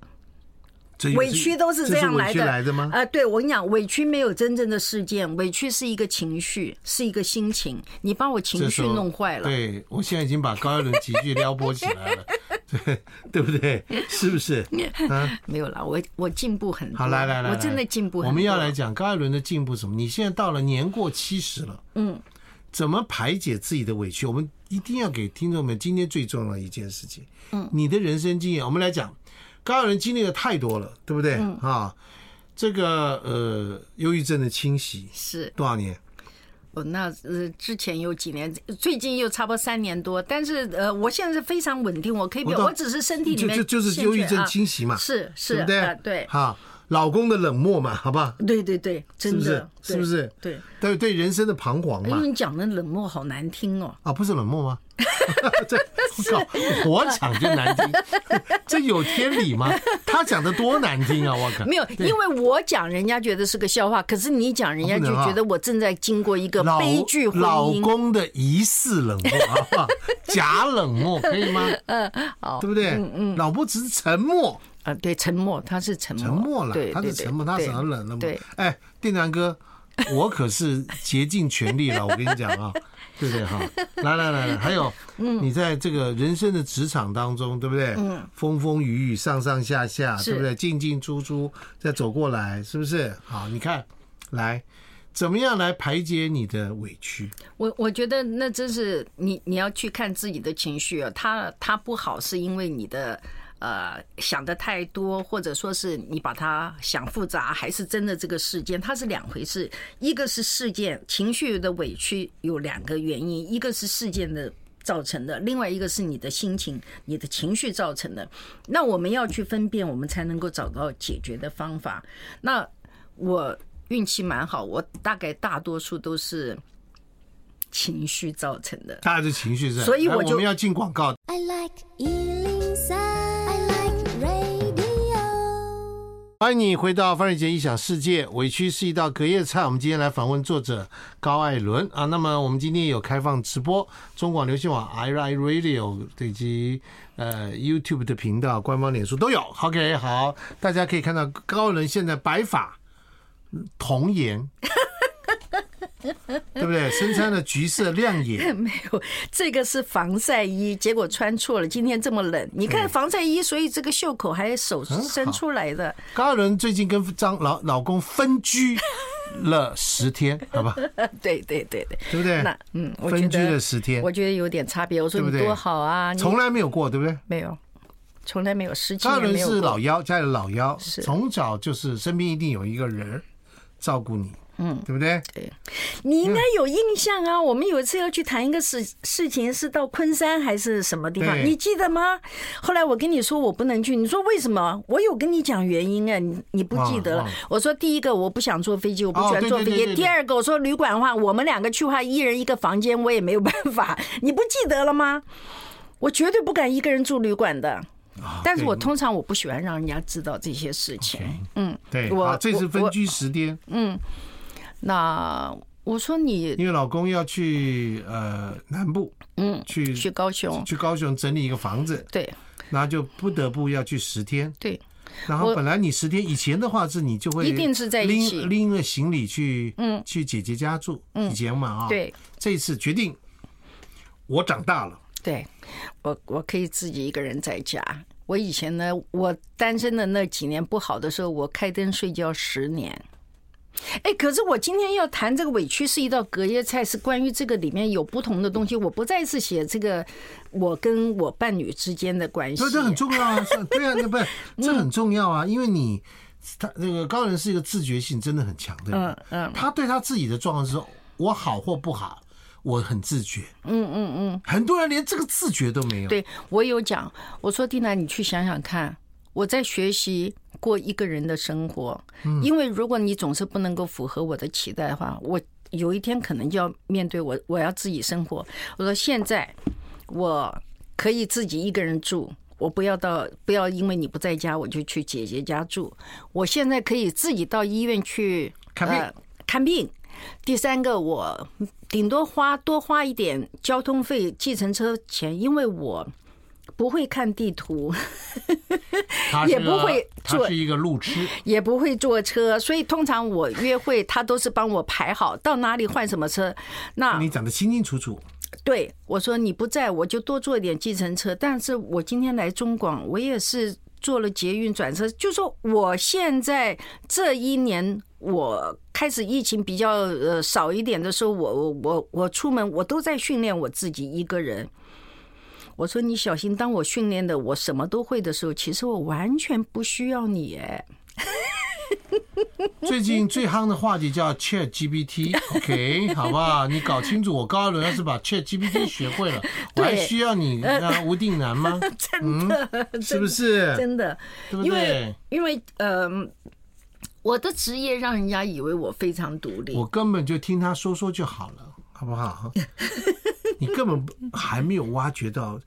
Speaker 1: 这就是
Speaker 2: 委屈都是这样
Speaker 1: 委
Speaker 2: 来
Speaker 1: 屈
Speaker 2: 的，
Speaker 1: 来的吗？
Speaker 2: 啊、对我跟你讲，委屈没有真正的事件，委屈是一个情绪，是一个心情，你把我情
Speaker 1: 这时
Speaker 2: 绪
Speaker 1: 候
Speaker 2: 弄坏了。
Speaker 1: 对我现在已经把高艾伦几句撩拨起来 了，对对不对？是不是？
Speaker 2: 没有啦，我我进步很多，
Speaker 1: 好，来来来，
Speaker 2: 我真的
Speaker 1: 来
Speaker 2: 进步很多。
Speaker 1: 我们要来讲高艾伦的进步是什么？你现在到了年过七十了，嗯，怎么排解自己的委屈？我们一定要给听众们今天最重要的一件事情，嗯，你的人生经验，我们来讲，高艾伦经历的太多了，对不对？
Speaker 2: 嗯
Speaker 1: 啊，这个呃，忧郁症的侵袭
Speaker 2: 是。
Speaker 1: 多少年？
Speaker 2: 哦，那呃，之前有几年，最近又差不多三年多，但是呃，我现在是非常稳定，我可以表，
Speaker 1: 懂
Speaker 2: 我只是身体里
Speaker 1: 就
Speaker 2: 面
Speaker 1: 就就是
Speaker 2: 欠
Speaker 1: 忧郁
Speaker 2: 缺
Speaker 1: 症
Speaker 2: 啊
Speaker 1: 侵袭嘛，
Speaker 2: 是是
Speaker 1: 对不对
Speaker 2: 啊？对
Speaker 1: 好，老公的冷漠嘛，好不好？
Speaker 2: 对对对，
Speaker 1: 是
Speaker 2: 真
Speaker 1: 不是
Speaker 2: 的？
Speaker 1: 是不？是？
Speaker 2: 对
Speaker 1: 对
Speaker 2: 对，
Speaker 1: 对，人生的彷徨
Speaker 2: 因
Speaker 1: 嘛
Speaker 2: 为。你讲的冷漠好难听哦，
Speaker 1: 啊，不是冷漠 吗？ 这我靠， 我讲就难听，这有天理吗？他讲的多难听啊！我靠，
Speaker 2: 没有，因为我讲人家觉得是个笑话，可是你讲人家
Speaker 1: 不
Speaker 2: 就
Speaker 1: 能啊
Speaker 2: 觉得我正在经过一个
Speaker 1: 老
Speaker 2: 悲剧婚
Speaker 1: 老
Speaker 2: 姻。
Speaker 1: 公的疑似冷漠，好不好？ 假冷漠可以吗？ 嗯，好，对不对？嗯嗯，老婆只是沉默，
Speaker 2: 啊，对，沉默，他是沉默，
Speaker 1: 沉默了
Speaker 2: 对，，
Speaker 1: 他
Speaker 2: 对
Speaker 1: 是沉默，
Speaker 2: 对
Speaker 1: 他
Speaker 2: 对
Speaker 1: 怎么冷了嘛
Speaker 2: 对，？
Speaker 1: 哎，定南哥，我可是竭尽全力了，我跟你讲啊，对不对哈？来来来来，还有，
Speaker 2: 嗯
Speaker 1: 你在这个人生的职场当中，对不对？风风雨雨，上上下下，
Speaker 2: 是
Speaker 1: 对不对？进进出出，再走过来，是不是？好，你看，来，怎么样来排解你的委屈？
Speaker 2: 我我觉得那真是你你要去看自己的情绪啊，它它不好是因为你的呃想的太多，或者说是你把它想复杂，还是真的这个事件它是两回事，一个是事件情绪的委屈有两个原因，一个是事件的。造成的，另外一个是你的心情、你的情绪造成的。那我们要去分辨，我们才能够找到解决的方法。那我运气蛮好，我大概大多数都是情绪造成的。
Speaker 1: 大家的情绪是吧，
Speaker 2: 所以
Speaker 1: 来
Speaker 2: 我就
Speaker 1: 们要进广告，
Speaker 4: I like Ealing Sound. I like radio.
Speaker 1: 欢迎你回到范瑞杰异想世界，委屈是一道隔夜菜。我们今天来访问作者高艾伦啊，那么我们今天也有开放直播，中广流行网 i r i radio 以及呃 YouTube 的频道、官方脸书都有。OK，好，大家可以看到高艾伦现在白发 童颜，对不对？身穿的橘色亮眼，
Speaker 2: 没有，这个是防晒衣，结果穿错了。今天这么冷，你
Speaker 1: 嗯
Speaker 2: 看防晒衣，所以这个袖口还手伸出来的。
Speaker 1: 高艾伦最近跟张老老公分居，了十天，好吧，
Speaker 5: 对对对对，
Speaker 1: 对不啊对？
Speaker 5: 那嗯，我觉
Speaker 1: 分居了
Speaker 5: 得
Speaker 1: 十天
Speaker 5: 我，觉得有点差别。我说
Speaker 1: 对不
Speaker 5: 你
Speaker 1: 对
Speaker 5: 多好啊，你
Speaker 1: 从来没有过，对不对？
Speaker 5: 没有，从来没有十七
Speaker 1: 他
Speaker 5: 年
Speaker 1: 人
Speaker 5: 没有
Speaker 1: 是老
Speaker 5: 过。
Speaker 1: 幺，家里的老幺，
Speaker 5: 是
Speaker 1: 从小就是身边一定有一个人照顾你，嗯，对不对？
Speaker 2: 你
Speaker 1: 嗯
Speaker 2: 应该有印象啊！我们有一次要去谈一个事事情，是到昆山还是什么地方？
Speaker 1: 对
Speaker 2: 你记得吗？后来我跟你说我不能去，你说为什么？我有跟你讲原因哎，你你不记得
Speaker 1: 忘了
Speaker 2: 了
Speaker 1: 忘了？
Speaker 2: 我说第一个我不想坐飞机，我不喜
Speaker 1: 啊哦对
Speaker 2: 欢坐飞
Speaker 1: 对对
Speaker 2: 机。
Speaker 1: 对对
Speaker 2: 第二个我说旅馆的话，我们两个去的话，一人一个房间，我也没有办法。 你不记得了吗？我绝对不敢一个人住旅馆的。但是
Speaker 1: 啊对
Speaker 2: 我通常我不喜欢让人家知道这些事情。
Speaker 1: 对，
Speaker 2: 我
Speaker 1: 好，这次
Speaker 2: 我
Speaker 1: 分
Speaker 2: 我
Speaker 1: 居十天，
Speaker 5: 嗯那我说你
Speaker 1: 因为老公要去呃南部，嗯，去
Speaker 5: 去高雄，
Speaker 1: 去高雄整理一个房子，
Speaker 5: 对
Speaker 1: 然后就不得不要去十天。
Speaker 5: 对，
Speaker 1: 然后
Speaker 5: 我
Speaker 1: 本来你十天以前的话是你就会
Speaker 5: 一定是在一起嗯
Speaker 1: 拎拎着行李去，嗯，去姐姐家住，以前嘛啊，
Speaker 5: 对，
Speaker 1: 这次决定我长大了，
Speaker 5: 对，
Speaker 2: 我我可以自己一个人在家。我以前呢，我单身的那几年不好的时候，我开灯睡觉十年。哎，可是我今天要谈这个委屈是一道隔夜菜，是关于这个里面有不同的东西。我不再是写这个我跟我伴侣之间的关系
Speaker 1: 所以，这很重要啊，是对啊，那不 是这很重要啊，因为你他那个高人是一个自觉性真的很强的人，嗯嗯，他对他自己的状况是说我好或不好，我很自觉，嗯嗯嗯，很多人连这个自觉都没有，
Speaker 2: 对我有讲，我说蒂娜，你去想想看，我在学习过一个人的生活，
Speaker 1: 嗯
Speaker 2: 因为如果你总是不能够符合我的期待的话，我有一天可能就要面对我，我要自己生活。我说现在我可以自己一个人住。我不要到，不要因为你不在家，我就去姐姐家住。我现在可以自己到医院去
Speaker 1: 看病
Speaker 2: 呃看病。第三个，我顶多花多花一点交通费、计程车钱，因为我不会看地图，
Speaker 1: 他是
Speaker 2: 也不会
Speaker 1: 他
Speaker 2: 做
Speaker 1: 是一个路痴，
Speaker 2: 也不会坐车，所以通常我约会他都是帮我排好到哪里换什么车。那
Speaker 1: 你讲的清清楚楚，
Speaker 2: 对我说你不在，我就多坐一点计程车。但是我今天来中广，我也是坐了捷运转车，就说我现在这一年。我开始疫情比较呃少一点的时候，我我我我出门我都在训练我自己一个人，我说你小心，当我训练的我什么都会的时候，其实我完全不需要你 哎。嗯
Speaker 1: 最近最夯的话题叫 Chat GPT，OK，、好不好？你搞清楚，我高二伦要是把 Chat GPT 学会了，我还
Speaker 2: 对呃
Speaker 1: 需要你那吴定南 吗？真的，是不是？
Speaker 2: 真的，
Speaker 1: 对不
Speaker 2: 因为
Speaker 1: 对？
Speaker 2: 因为嗯、我的职业让人家以为我非常独立
Speaker 1: 我，根本就听他说说就好了，好不好？ 你根本还没有挖掘到，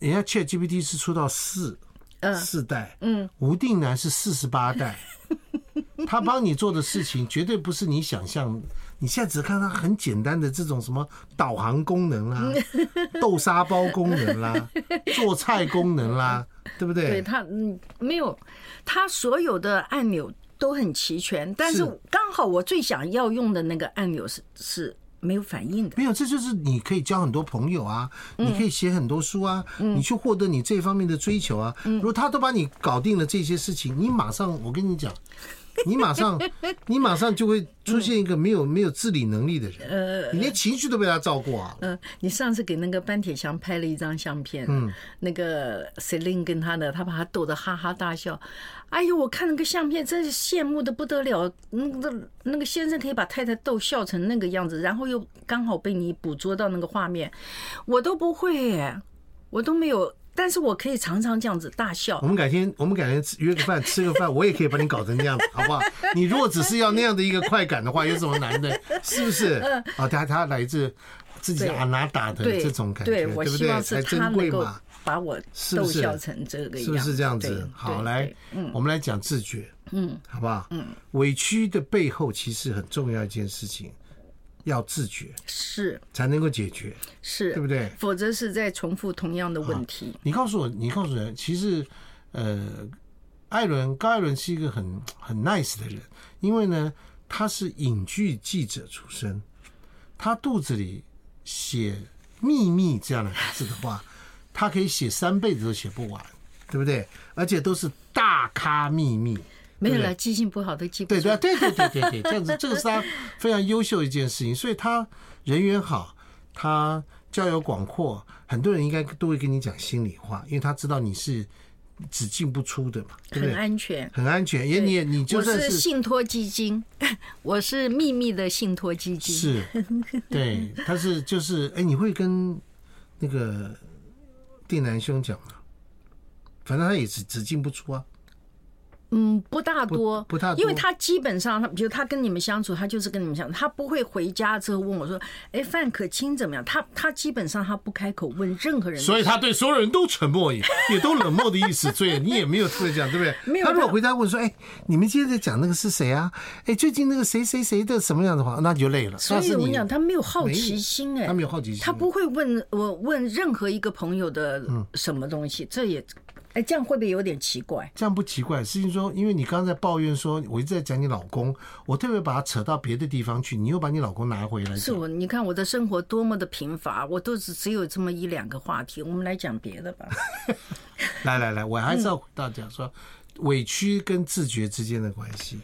Speaker 1: 人家 Chat GPT 是出到四、四代，嗯，吴定南是四十八代， 他帮你做的事情绝对不是你想象。你现在只看他很简单的这种什么导航功能啦、豆沙包功能啦、做菜功能啦，对不
Speaker 2: 对他嗯没有，他所有的按钮都很齐全，但是
Speaker 1: 是
Speaker 2: 刚好我最想要用的那个按钮是是没有反应的。
Speaker 1: 没有，这就是你可以交很多朋友啊，
Speaker 2: 嗯
Speaker 1: 你可以写很多书啊，你去获得你这方面的追求啊。
Speaker 2: 嗯
Speaker 1: 如果他都把你搞定了这些事情，你马上，我跟你 讲，你马上，你马上就会出现一个没有没有自理能力的
Speaker 2: 呃
Speaker 1: 人，你连情绪都被他照顾啊。
Speaker 2: 嗯，你上次给那个班铁祥拍了一张相片，嗯，那个 Celine 跟他的，他把他逗得哈哈大笑。哎呦，我看那个相片，真是羡慕的不得了。那个那个先生可以把太太逗笑成那个样子，然后又刚好被你捕捉到那个画面，我都不会耶，我都没有，但是我可以常常这样子大笑
Speaker 1: 我。们改天，我们改天吃约个饭，吃个饭，我也可以把你搞成这 样子，好不好？你如果只是要那样的一个快感的话，有什么难的？是不是？啊，他他来自自己
Speaker 2: 呃对
Speaker 1: 阿拿达的
Speaker 2: 对，
Speaker 1: 这种感觉，
Speaker 2: 对
Speaker 1: 对
Speaker 2: 我
Speaker 1: 不
Speaker 2: 希
Speaker 1: 对？
Speaker 2: 望
Speaker 1: 才
Speaker 2: 是他
Speaker 1: 珍
Speaker 2: 能
Speaker 1: 贵
Speaker 2: 够
Speaker 1: 嘛。
Speaker 2: 把我
Speaker 1: 是不
Speaker 2: 逗
Speaker 1: 是
Speaker 2: 笑成这个样
Speaker 1: 是不是这样子
Speaker 2: 对？
Speaker 1: 好，
Speaker 2: 对
Speaker 1: 来
Speaker 2: 对，嗯
Speaker 1: 我们来讲自觉，嗯，好不好？嗯，委屈的背后其实很重要一件事情，要自觉
Speaker 2: 是
Speaker 1: 才能够解决，
Speaker 2: 是，
Speaker 1: 对不对？
Speaker 2: 否则是在重复同样的问题。
Speaker 1: 你告诉我，你告诉人，其实，呃，艾伦高艾伦是一个很很 nice 的人，因为呢，他是影剧记者出身，他肚子里写“秘密”这样的字的话，他可以写三辈子都写不完，对不对？而且都是大咖秘密，
Speaker 2: 没有
Speaker 1: 对不
Speaker 2: 了，
Speaker 1: 对
Speaker 2: 记性不好的记不
Speaker 1: 对
Speaker 2: 住。
Speaker 1: 对对对对对对，这样子，这个是他非常优秀的一件事情，所以他人缘好，他交友广阔，很多人应该都会跟你讲心里话，因为他知道你是只进不出的嘛，对不
Speaker 2: 很
Speaker 1: 对？
Speaker 2: 安全。
Speaker 1: 很安全，也你也你就
Speaker 2: 我
Speaker 1: 算
Speaker 2: 是
Speaker 1: 是
Speaker 2: 信托基金， 我是秘密的信托基金。
Speaker 1: 是， 对，他是就是哎，你会跟那个定南兄讲吗？反正他也只只进不出啊，
Speaker 2: 嗯，不大
Speaker 1: 不
Speaker 2: 多，
Speaker 1: 不大多
Speaker 2: 因为他基本上，他比如他跟你们相处，他就是跟你们相处，他不会回家之后问我说：“哎，范可清怎么样？”他他基本上他不开口问任何人的事，
Speaker 1: 所以他对所有人都沉默也也都冷漠的意思，所以你也没有特别讲，对不对？
Speaker 2: 没有
Speaker 1: 他如果
Speaker 2: 他
Speaker 1: 回答问说，哎，你们今天在讲那个是谁啊？哎，最近那个谁谁谁的什么样的话，那你就累了。
Speaker 2: 所
Speaker 1: 那
Speaker 2: 以
Speaker 1: 是
Speaker 2: 我
Speaker 1: 你
Speaker 2: 讲，他没有好
Speaker 1: 没
Speaker 2: 奇心哎、
Speaker 1: 他没有好奇心
Speaker 2: 他不会问我问任何一个朋友的
Speaker 1: 嗯
Speaker 2: 什么东西，这也，哎，这样会不会有点奇怪？
Speaker 1: 这样不奇怪。事情说，因为你刚才抱怨说，我一直在讲你老公，我特别把他扯到别的地方去，你又把你老公拿回来
Speaker 2: 是
Speaker 1: 讲。
Speaker 2: 我，你看我的生活多么的贫乏，我都只只有这么一两个话题，我们来讲别的吧。
Speaker 1: 来来来，我还是
Speaker 2: 嗯
Speaker 1: 要回到讲说，委屈跟自觉之间的关系。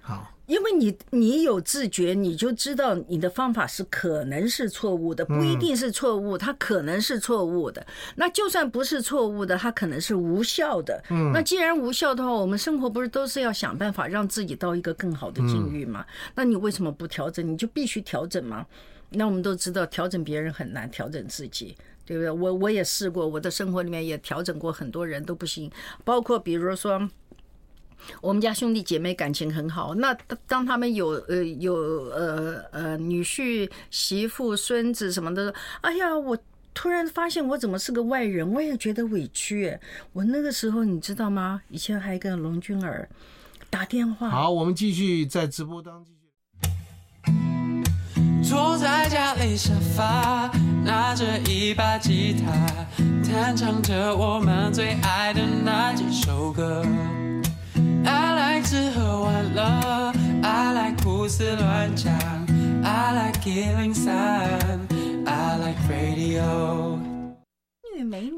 Speaker 1: 好，
Speaker 2: 因为你你有自觉，你就知道你的方法是可能是错误的，不一定是错误，它可能是错误的。那就算不是错误的，它可能是无效的。嗯，那既然无效的话，我们生活不是都是要想办法让自己到一个更好的境遇吗？那你为什么不调整？你就必须调整吗？那我们都知道，调整别人很难，调整自己，对不对？我我也试过，我的生活里面也调整过很多人都不行，包括比如说。我们家兄弟姐妹感情很好，那当当他们有呃有呃呃女婿、媳妇、孙子什么的，哎呀，我突然发现我怎么是个外人，我也觉得委屈耶。我那个时候你知道吗？以前还跟龙君儿打电话，
Speaker 1: 好，我们继续在直播当中。
Speaker 6: 坐在家里沙发，拿着一把吉他，弹唱着我们最爱的那几首歌。I like 吃喝玩乐，I like 胡思乱想，I like 1 0 3 i like radio。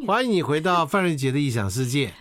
Speaker 1: 欢迎你回到范瑞杰的异想世界。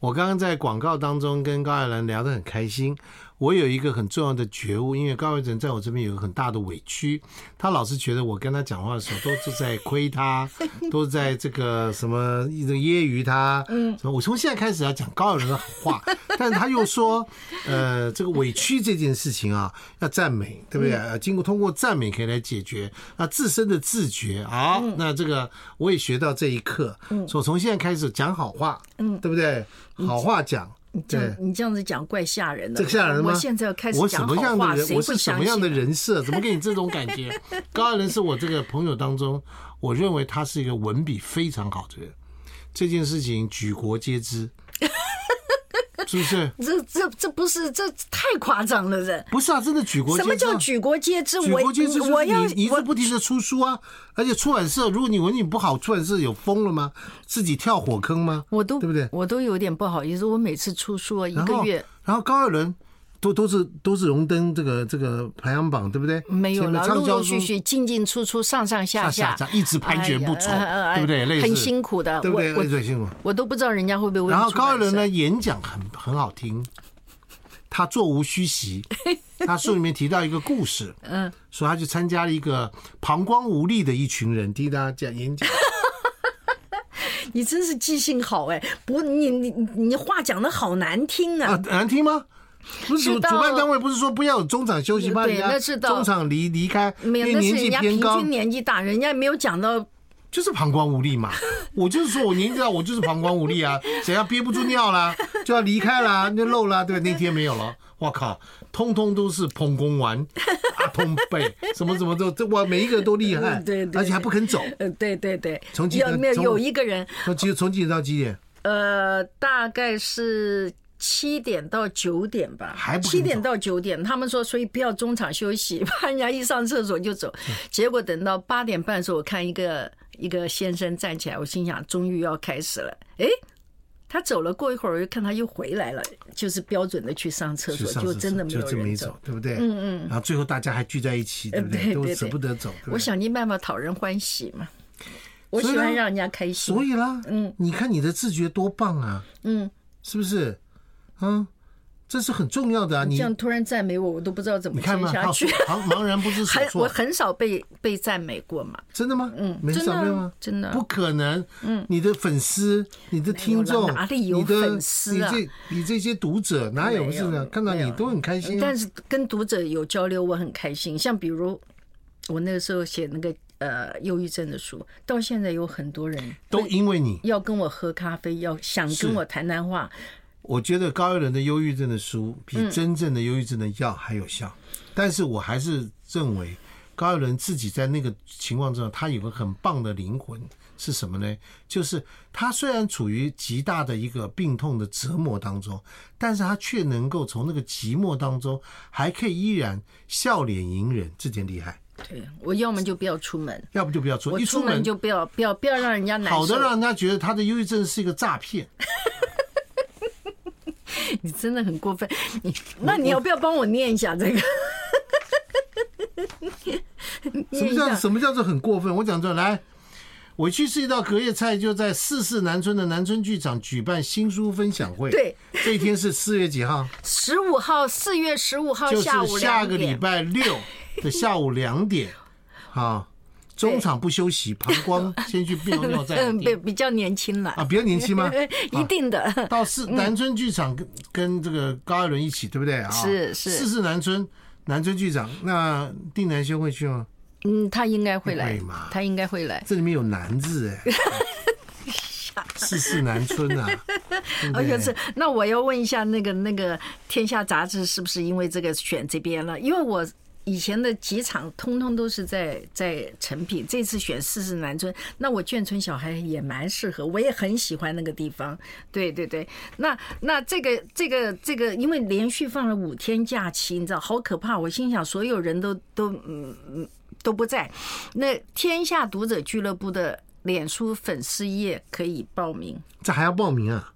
Speaker 1: 我刚刚在广告当中跟高亚伦聊得很开心。我有一个很重要的觉悟，因为高亚伦在我这边有一个很大的委屈，他老是觉得我跟他讲话的时候都是在亏他，都是在这个什么一种揶揄他。嗯，我从现在开始要讲高亚伦的好话， 但是他又说，呃，这个委屈这件事情啊，要赞美，对不对？呃经过通过赞美可以来解决啊自身的自觉啊。那这个我也学到这一课，所以从现在开始讲好话，嗯，对不对？好话讲，
Speaker 2: 这
Speaker 1: 对
Speaker 2: 样。你这样子讲怪吓人的，
Speaker 1: 这个吓人吗？
Speaker 2: 我现在要开始
Speaker 1: 我什
Speaker 2: 讲
Speaker 1: 么
Speaker 2: 好
Speaker 1: 样的
Speaker 2: 话，
Speaker 1: 人？
Speaker 2: 谁
Speaker 1: 我
Speaker 2: 会
Speaker 1: 是什
Speaker 2: 相
Speaker 1: 么样的
Speaker 2: 信？啊
Speaker 1: 人设？怎么给你这种感 觉？高亚伦是我这个朋友当中，我认为他是一个文笔非常好的人。这件事情举国皆 知，是不是？
Speaker 2: 这这这不是这太夸张了，这
Speaker 1: 不是啊，真的举国皆
Speaker 2: 什
Speaker 1: 知啊。
Speaker 2: 么叫举国皆知？
Speaker 1: 举
Speaker 2: 我
Speaker 1: 国皆知就是
Speaker 2: 我要
Speaker 1: 你一直
Speaker 2: 我
Speaker 1: 不停的出书啊，而且出版社，如果你文笔不好，出版社有疯了吗？自己跳火坑吗？
Speaker 7: 我都
Speaker 1: 对不对？
Speaker 7: 我都有点不好意思，我每次出书啊一
Speaker 1: 然
Speaker 7: 个
Speaker 1: 后
Speaker 7: 月。
Speaker 1: 然后高二伦都都是都是荣登这个这个排行榜，对不对？
Speaker 7: 没有
Speaker 1: 前面
Speaker 7: 了，
Speaker 1: 畅
Speaker 7: 陆
Speaker 1: 销
Speaker 7: 陆续
Speaker 1: 书
Speaker 7: 续进进出出，上上下
Speaker 1: 下下一直盘踞不愁
Speaker 7: 哎呀呃呃
Speaker 1: 对不对类似
Speaker 7: 很辛苦的，
Speaker 1: 对不对？
Speaker 7: 我
Speaker 1: 哎
Speaker 7: 我
Speaker 1: 对，辛苦。
Speaker 7: 我都不知道人家会不会问。
Speaker 1: 然后高二伦
Speaker 7: 啊
Speaker 1: 呢，？演讲很很好听，他座无 虚席。他书里面提到一个故事，嗯，说他去参加了一个膀胱无力的一群人，听他讲 演讲。
Speaker 2: 你真是记性好哎、不，你你你你话讲的好难听
Speaker 1: 啊
Speaker 2: 啊！，
Speaker 1: 难听吗？不是主
Speaker 7: 是到
Speaker 1: 主办单位不是说不要有中场休息，怕
Speaker 7: 呃对
Speaker 1: 人家
Speaker 7: 那是到
Speaker 1: 中场离离开，因
Speaker 2: 没有，
Speaker 1: 为
Speaker 2: 那是
Speaker 1: 年
Speaker 2: 人
Speaker 1: 纪
Speaker 2: 家
Speaker 1: 偏
Speaker 2: 平
Speaker 1: 高
Speaker 2: 均，年纪大，人家没有讲到
Speaker 1: 就是膀胱无 力嘛。我就是说我年纪大，我就是膀胱无力啊，谁要憋不住尿啦，就要离开啦，那漏啦，对吧？那天没有了，我靠，通通都是捧公 丸、阿通背，什么什么都，这哇，每一个都厉害，
Speaker 2: 嗯对对
Speaker 1: 而且还不肯走。
Speaker 2: 呃，对对对
Speaker 1: 从，几
Speaker 2: 有
Speaker 1: 个
Speaker 2: 没有
Speaker 1: 从
Speaker 2: 有一个人，
Speaker 1: 那几从几点到几点？
Speaker 2: 呃，大概是。七点到九点吧，
Speaker 1: 还不肯
Speaker 2: 七点
Speaker 1: 走
Speaker 2: 到九点，他们说，所以不要中场休息， 怕人家一上厕所就走。结果等到八点半的时候，我看一个一个先生站起来，我心想，终于要开始了。诶，他走了，过一会儿我又看他又回来了，就是标准的去上厕
Speaker 1: 去
Speaker 2: 所，
Speaker 1: 上
Speaker 2: 就
Speaker 1: 厕
Speaker 2: 真的没
Speaker 1: 就
Speaker 2: 有
Speaker 1: 真
Speaker 2: 人
Speaker 1: 没
Speaker 2: 走
Speaker 1: 走。，对不对？嗯嗯。然后最后大家还聚在一起，对不
Speaker 2: 呃对
Speaker 1: 都
Speaker 2: 对
Speaker 1: 舍不得走。对不对
Speaker 2: 我想尽办法讨人欢喜嘛，我
Speaker 1: 所以
Speaker 2: 喜欢
Speaker 1: 呢
Speaker 2: 让人家开心
Speaker 1: 所。以啦，嗯，你看你的自觉多棒啊，嗯，是不是？啊，这是很重要的啊！
Speaker 2: 这
Speaker 1: 你
Speaker 2: 样突然赞美我，我都不知道怎么
Speaker 1: 你看
Speaker 2: 接
Speaker 1: 嘛，
Speaker 2: 下
Speaker 1: 他
Speaker 2: 去。
Speaker 1: 茫茫然不知所
Speaker 2: 很我
Speaker 1: 措。
Speaker 2: 很少被被赞美过嘛，
Speaker 1: 真的吗？嗯，没
Speaker 2: 真的
Speaker 1: 少
Speaker 2: 啊
Speaker 1: 没有吗？
Speaker 2: 真的啊
Speaker 1: 不可能。嗯，你的粉丝、你的听众、
Speaker 2: 哎哪里有
Speaker 1: 你的
Speaker 2: 粉丝啊
Speaker 1: 你这你这些读者哪有
Speaker 2: 没
Speaker 1: 是
Speaker 2: 有
Speaker 1: 不是？看到
Speaker 2: 没
Speaker 1: 你
Speaker 2: 有
Speaker 1: 都很开心啊。
Speaker 2: 但是跟读者有交流，我很开心。像比如我那个时候写那个呃忧郁症的书，到现在有很多人
Speaker 1: 都因为你，
Speaker 2: 要跟我喝咖啡，要想
Speaker 1: 是
Speaker 2: 跟我谈谈话。
Speaker 1: 我觉得高一伦的忧郁症的书
Speaker 2: 嗯
Speaker 1: 比真正的忧郁症的药还有效，但是我还是认为高一伦自己在那个情况之下，他有个很棒的灵魂是什么呢？就是他虽然处于极大的一个病痛的折磨当中，但是他却能够从那个寂寞当中，还可以依然笑脸迎人，这点厉害。
Speaker 2: 对我要么就不要出门，
Speaker 1: 要不就不要出，
Speaker 2: 我
Speaker 1: 哦一
Speaker 2: 出
Speaker 1: 出门
Speaker 2: 就不要不要不要让人家难
Speaker 1: 好的
Speaker 2: 受。
Speaker 1: 让人家觉得他的忧郁症是一个诈骗。
Speaker 2: 你真的很过分。你那你要不要帮我念一下这个？
Speaker 1: 什么叫什么叫做很过分？我讲出来来。委屈是一道隔夜菜，就在四四南村的南村剧场举办新书分享会。
Speaker 2: 对，
Speaker 1: 这一天是四月几号？
Speaker 2: 十五号，四月十五号
Speaker 1: 就是
Speaker 2: 哦下午
Speaker 1: 下
Speaker 2: 两
Speaker 1: 个礼
Speaker 2: 点。
Speaker 1: 拜六的下午两点。啊，中场不休息，膀胱先去尿尿再来
Speaker 2: 嗯，比
Speaker 1: 听
Speaker 2: 比较年轻了，
Speaker 1: 啊，比较年轻 吗？
Speaker 2: 一定的。
Speaker 1: 到四南村剧场跟跟这个高艾伦一起，对不对啊？
Speaker 2: 是是
Speaker 1: 四四南村南村剧场，那定南兄会去吗？
Speaker 2: 嗯，他应该会来
Speaker 1: 会吗，
Speaker 2: 他应该会来。
Speaker 1: 这里面有“南”字 哎，四四南村啊，对不
Speaker 2: 而且
Speaker 1: 对
Speaker 2: 是，那我要问一下，那个那个《天下》杂志是不是因为这个选这边了？因为我以前的几场通通都是在在成品，这次选四四南村，那我眷村小孩也蛮适合，我也很喜欢那个地方。对对对，那那这个这个这个，因为连续放了五天假期，你知道好可怕，我心想所有人都都嗯嗯都不在，那天下读者俱乐部的。脸书粉丝页可以报名，
Speaker 1: 这还要报名啊？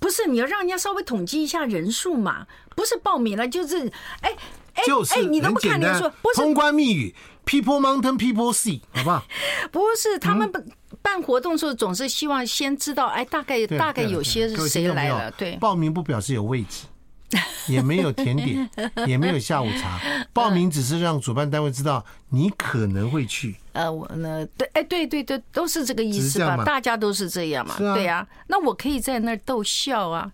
Speaker 2: 不是，你要让人家稍微统计一下人数嘛，不是报名了就是，哎哎
Speaker 1: 就是
Speaker 2: 哎，你都
Speaker 1: 很
Speaker 2: 不
Speaker 1: 简
Speaker 2: 看你就
Speaker 1: 单
Speaker 2: 说，不
Speaker 1: 通
Speaker 2: 是
Speaker 1: 关密语，people mountain people sea，好不好？
Speaker 2: 不是，他
Speaker 1: 嗯
Speaker 2: 们办办活动的时候总是希望先知道，哎，大概
Speaker 1: 对
Speaker 2: 大概
Speaker 1: 对
Speaker 2: 有
Speaker 1: 对
Speaker 2: 些
Speaker 1: 各
Speaker 2: 是
Speaker 1: 位
Speaker 2: 谁
Speaker 1: 听众
Speaker 2: 来
Speaker 1: 朋友
Speaker 2: 了，对，
Speaker 1: 报名不表示有位置。也没有甜 点，也没有下午茶，报名只是让主办单位知道你可能会去。
Speaker 2: 呃，我呢，对，哎，对对对，都是这个意
Speaker 1: 只是
Speaker 2: 思
Speaker 1: 这样嘛，
Speaker 2: 吧大家都是这样嘛，
Speaker 1: 是啊
Speaker 2: 对呀、那我可以在那儿逗笑啊，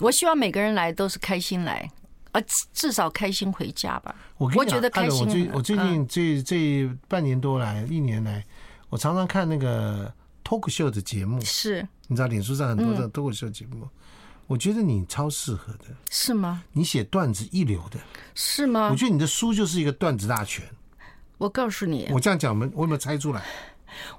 Speaker 2: 我希望每个人来都是开心来，啊，至至少开心回家吧，
Speaker 1: 我跟你
Speaker 2: 觉
Speaker 1: 讲
Speaker 2: 得，
Speaker 1: 艾
Speaker 2: 开
Speaker 1: 伦，
Speaker 2: 心
Speaker 1: 我最
Speaker 2: 很
Speaker 1: 我最近
Speaker 2: 嗯
Speaker 1: 这这半年多来，一年来，我常常看那个 talk show 的节目，
Speaker 2: 是
Speaker 1: 你知道，脸书上很多
Speaker 2: 嗯
Speaker 1: 的脱口秀节目，我觉得你超适合的，
Speaker 2: 是吗？
Speaker 1: 你写段子一流的，
Speaker 2: 是吗
Speaker 1: 我？觉得你的书就是一个段子大全。
Speaker 2: 我告诉你，
Speaker 1: 我这样讲，我们我有没有猜出来？